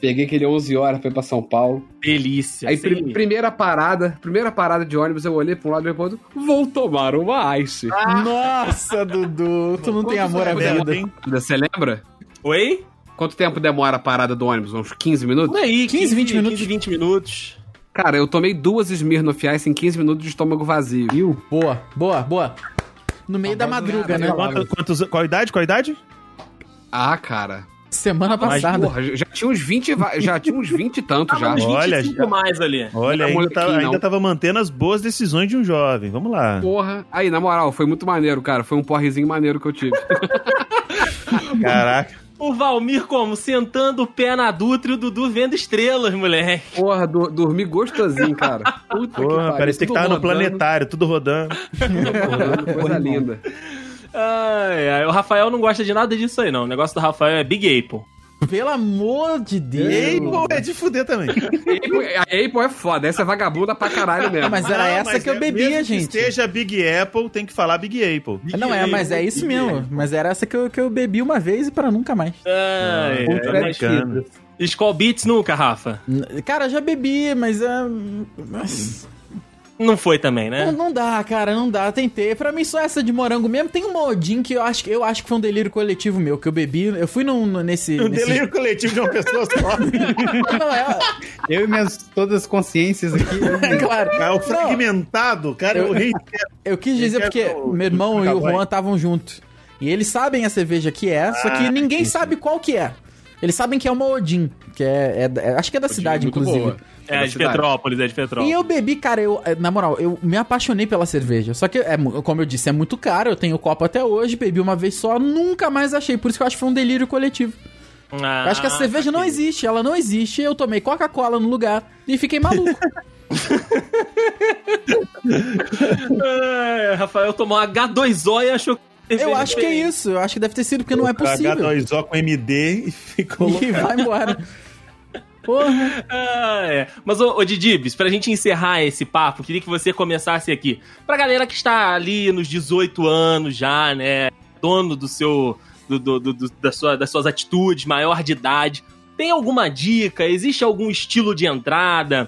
S6: Peguei aquele 11 horas pra ir pra São Paulo.
S3: Delícia.
S6: Aí,
S3: sim.
S6: pri- primeira parada, primeira parada de ônibus, eu olhei pra um lado e olhei pro outro. Vou tomar uma
S2: [LAUGHS]
S6: ice.
S4: Ah.
S2: Nossa, Dudu. Tu não tem
S6: Quantos
S2: amor à
S6: anos
S4: É,
S2: vida.
S4: tem-
S6: Você lembra?
S3: Oi?
S6: Quanto tempo demora a parada do ônibus? Uns 15 minutos?
S3: Por aí,
S2: 15, 20 minutos.
S3: 15, 20 minutos.
S6: Cara, eu tomei duas Smirnoff Ice em 15 minutos de estômago vazio.
S5: Viu?
S2: Boa, boa, boa. No meio da
S6: Tá bom,
S2: madruga, né?
S6: né?
S4: Quanto- quantos- qual idade? Qual idade?
S6: Ah, cara.
S2: Semana
S6: Mas,
S2: passada.
S6: porra, já tinha uns 20, va- já tinha uns 20 e tanto já.
S3: Uns
S4: Olha,
S3: 25
S4: já-
S3: mais ali.
S4: Olha,
S6: Não era
S4: ainda, tá-
S6: molequinho, não.
S4: ainda tava mantendo as boas decisões de um jovem. Vamos lá.
S6: Porra. Aí, na moral, foi muito maneiro, cara. Foi um porrezinho maneiro que eu tive.
S4: Caraca.
S3: O Valmir como? Sentando o pé na Dutra e o Dudu vendo estrelas,
S6: [LAUGHS]
S3: moleque.
S6: Porra, do, dormi gostosinho, cara. Puta
S4: Porra, parecia que
S6: tudo
S4: tava no
S6: rodando,
S4: planetário, tudo rodando.
S6: tudo rodando, Coisa linda.
S3: Ai, ai, o Rafael não gosta de nada disso aí, não. O negócio do Rafael é Big Apple.
S2: Pelo amor de Deus.
S4: Ei, pô, é de fuder também.
S6: A Apple é foda, essa é vagabunda pra caralho mesmo.
S2: Mas era
S4: Não,
S2: essa
S4: mas
S2: que eu
S4: é-
S2: bebia,
S4: mesmo
S2: gente.
S4: Que seja Big Apple, tem que falar Big Apple.
S2: Não, é, mas é isso mesmo. Mas era essa que eu, que eu bebi uma vez e pra nunca mais.
S3: Ai,
S4: Puta
S3: ai, mas-
S4: americana.
S5: assim,
S3: Skull Beats nunca, Rafa.
S2: N- Cara, já bebi, mas. ah, mas-
S3: Não foi também,
S2: Não,
S3: né?
S2: não dá, cara, não dá. Tentei. Pra mim, só essa de morango mesmo. Tem uma Odin que eu acho, que- eu acho que foi um delírio coletivo meu, que eu bebi. Eu fui num, nesse.
S4: O
S2: nesse-
S4: Um delírio coletivo de uma pessoa só.
S2: [LAUGHS] Não, é,
S5: Eu e minhas todas as consciências aqui.
S2: é claro.
S4: É o
S2: Não,
S4: fragmentado, cara. Eu ri.
S2: Eu quis dizer
S4: Quem
S2: porque
S4: quer o-
S2: meu irmão
S4: o
S2: e o
S4: Cowboy?
S2: Juan estavam juntos. E eles sabem a cerveja que é, só que ninguém sabe qual que é. Eles sabem que é uma Odin, que é, é- é- acho que é da cidade,
S6: muito
S2: inclusive.
S6: boa.
S3: É,
S6: da
S3: de
S6: cidade.
S3: Petrópolis, é de
S2: E
S3: Petrópolis.
S2: eu bebi, cara, eu, eh, na moral, eu me apaixonei pela cerveja. Só que, é, mu- como eu disse, é muito caro, eu tenho copo até hoje, bebi uma vez só, nunca mais achei. Por isso que eu acho que foi um delírio coletivo.
S3: Ah,
S2: eu acho que a cerveja não existe, ela não existe, eu tomei Coca-Cola no lugar e fiquei maluco.
S3: É, Rafael tomou uma H2O e achou que.
S2: eu acho que é isso, eu acho que deve ter sido, porque não é possível.
S4: H2O com MD e ficou
S2: [LAUGHS] E vai embora. Porra.
S3: Ah, é. Mas, ô, ô Didibis, pra gente encerrar esse papo, queria que você começasse aqui. Pra galera que está ali nos 18 anos já, né? Dono do seu. do- do- do- do- da sua- das suas atitudes, maior de idade. Tem alguma dica? Existe algum estilo de entrada?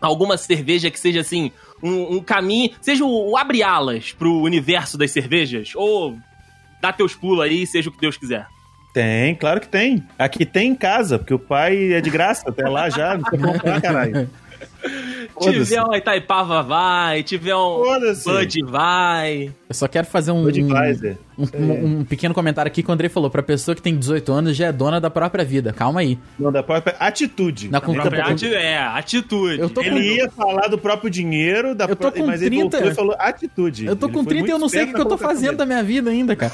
S3: Alguma cerveja que seja assim, um, um caminho. Seja o, o abre-alas pro universo das cervejas? Ou dá teus pulos aí, seja o que Deus quiser.
S4: Tem, claro que tem. Aqui tem em casa, porque o pai é de graça, até lá já, não precisa comprar, caralho. Foda-se.
S3: Tiver um Itaipava, vai. Tiver um
S4: Foda-se.
S3: Bud, vai.
S2: Eu só quero fazer um,
S4: Budweiser.
S2: um, um- um pequeno comentário aqui que o Andrei falou. Pra pessoa que tem 18 anos, já é dona da própria vida. Calma aí.
S4: Não, da própria atitude.
S2: Na com-
S3: A
S2: com-
S3: ati- é, atitude.
S2: Eu tô com-
S4: Ele ia falar do próprio dinheiro, da
S2: Eu tô
S4: pró-
S2: com
S4: mas ele
S2: 30.
S4: voltou e falou atitude.
S2: Eu tô
S4: Ele
S2: com
S4: foi
S2: 30 e um, eu
S4: muito
S2: não sei o que,
S4: esperto
S2: que eu
S4: na
S2: tô
S4: colocação
S2: fazendo da minha vida ainda,
S4: [LAUGHS]
S2: cara.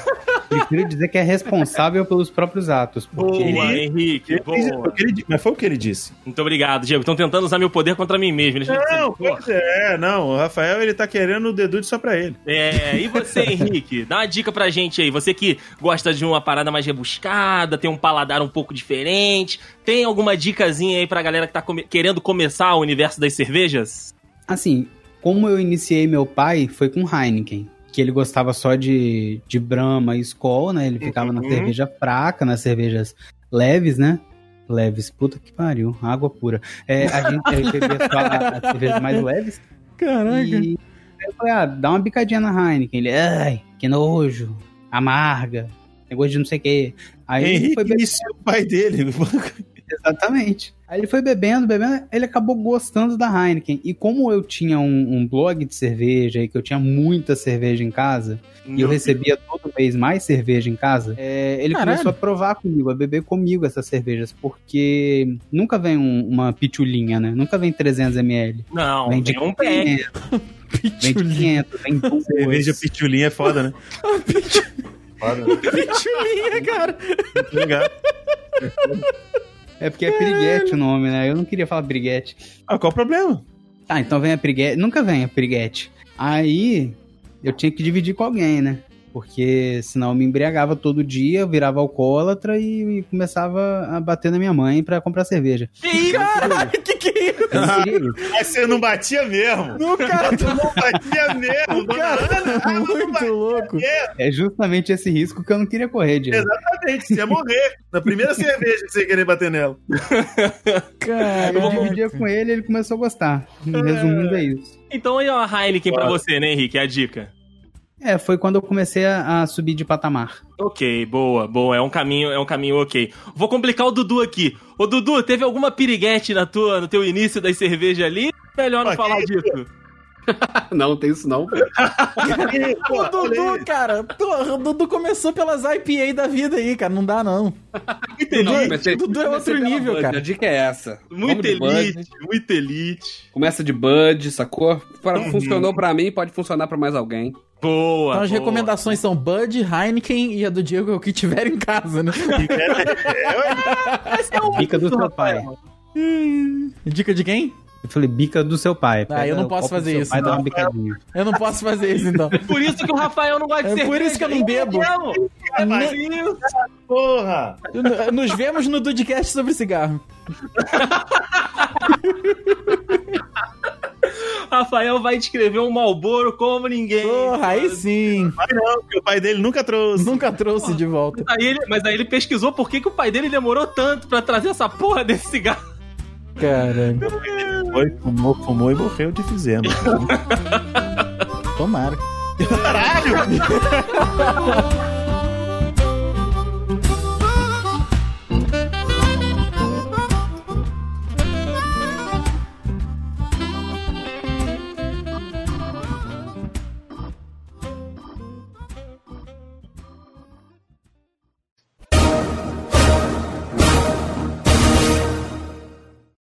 S5: Prefiro dizer que é responsável pelos próprios atos. Porque
S3: Boa,
S4: Ele-
S3: Henrique,
S4: dele. Ele disse- foi
S3: boa.
S4: o que ele di- Mas foi o que ele disse.
S3: Muito obrigado, Diego. Estão tentando usar meu poder contra mim mesmo. né? Eles
S4: Não,
S3: Pô,
S4: pois é, não. O Rafael, ele tá querendo o dedude só pra ele.
S3: É, e
S4: [LAUGHS]
S3: você, Henrique? Dá uma dica pra gente aí. Você que gosta de uma parada mais rebuscada, tem um paladar um pouco diferente, tem alguma dicasinha aí pra galera que tá come- querendo começar o universo das cervejas?
S5: Assim, como eu iniciei meu pai, foi com Heineken. Que ele gostava só de, de Brahma e Skol, né? Ele ficava na
S4: Uhum.
S5: cerveja fraca, nas cervejas leves, né? Leves, puta que pariu, água pura. É, a gente ele bebia só a- as cervejas mais leves.
S2: Caraca.
S5: E aí eu falei, ah, dá uma bicadinha na Heineken. Ele, ai, que nojo, amarga, negócio de não sei o quê. Aí ele
S4: Henrique
S5: foi
S4: foi
S5: beber-
S4: o
S2: [LAUGHS]
S4: pai dele.
S5: Exatamente. Aí ele foi bebendo, bebendo, ele acabou gostando da Heineken. E como eu tinha um, um blog de cerveja e que eu tinha muita cerveja em casa, e eu recebia todo mês mais cerveja em casa, é, ele
S2: Caralho.
S5: começou a provar comigo, a beber comigo essas cervejas, porque nunca vem um- uma pitulinha, né? Nunca vem 300ml.
S3: Não,
S5: Vem
S3: tem um pack.
S5: 500, vem de 500, vem duas.
S4: Cerveja pitulinha é
S2: [LAUGHS]
S4: foda, né? Foda, né?
S2: Pitulinha, cara.
S4: Legal.
S5: É porque é piriguete o nome, né? Eu não queria falar piriguete.
S4: Ah, qual o problema?
S5: Tá, então vem a piriguete. Nunca vem a piriguete. Aí eu tinha que dividir com alguém, né? Porque senão eu me embriagava todo dia, eu virava alcoólatra e, e começava a bater na minha mãe pra comprar cerveja.
S3: Que isso?
S2: Caraca, que que é isso?
S5: Eu não queria isso.
S4: Mas você não batia mesmo.
S2: Não, cara, tu
S4: Não batia mesmo. Dona Ana,
S2: tá
S4: ah, não
S2: muito
S4: batia
S2: louco.
S5: É justamente esse risco que eu não queria correr, Diego.
S4: exatamente. Você ia morrer. Na primeira cerveja que você ia querer bater nela.
S5: Aí eu
S2: Cara,
S5: dividia com ele e ele começou a gostar. Resumindo, é isso.
S3: Então aí, ó, a Heineken pra
S4: Claro.
S3: você, né, Henrique? É a dica.
S5: É, foi quando eu comecei a, a subir de patamar.
S3: Ok, boa, boa. É um caminho, é um caminho ok. Vou complicar o Dudu aqui. Ô, Dudu, teve alguma piriguete na tua, no teu início das cervejas ali? Melhor não
S4: Ah,
S3: falar
S4: que
S3: disso.
S6: [LAUGHS] Não, tem isso não.
S2: [LAUGHS]
S4: Ih, pô,
S2: o Dudu,
S4: olha
S2: cara, tô- o Dudu começou pelas IPA da vida aí, cara, não dá não.
S3: Muito
S6: Não,
S3: elite,
S6: comecei-
S2: Dudu é outro
S6: comecei pela
S2: nível,
S6: Bud,
S2: cara.
S6: A dica é essa. Vamos
S3: muito
S6: de Bud.
S3: elite,
S4: né?"
S3: muito elite.
S6: Começa de Bud, sacou? Pra- Funcionou pra mim, pode funcionar pra mais alguém.
S3: Boa.
S2: Então as
S3: boa.
S2: recomendações são Bud, Heineken e a do Diego é o que tiver em casa,
S4: [LAUGHS]
S2: né?
S4: é,
S2: [LAUGHS] é
S5: Bica do seu pai.
S2: Dica de quem?
S5: Eu falei, bica do seu pai.
S2: Ah, eu não
S5: o
S2: posso
S5: copo do
S2: fazer
S5: seu
S2: isso,
S5: Pai, dá
S2: não.
S5: uma bicadinha.
S2: Eu não posso fazer isso
S4: [LAUGHS]
S2: então.
S3: Por isso que o Rafael não gosta de
S2: É
S3: cerveja.
S2: por isso que eu não bebo.
S3: mesmo. É
S4: mas-
S3: por isso.
S4: Porra.
S2: N- Nos vemos no Dudcast sobre cigarro.
S3: Rafael vai descrever um Malboro como ninguém.
S2: Porra, aí sim.
S4: Mas não, porque o pai dele nunca trouxe.
S2: Nunca trouxe de volta.
S3: Aí ele- mas aí ele pesquisou por que, que o pai dele demorou tanto pra trazer essa porra desse cigarro.
S2: Caramba,
S4: Foi, fumou, fumou e morreu de fizema.
S2: tomara.
S4: Caralho!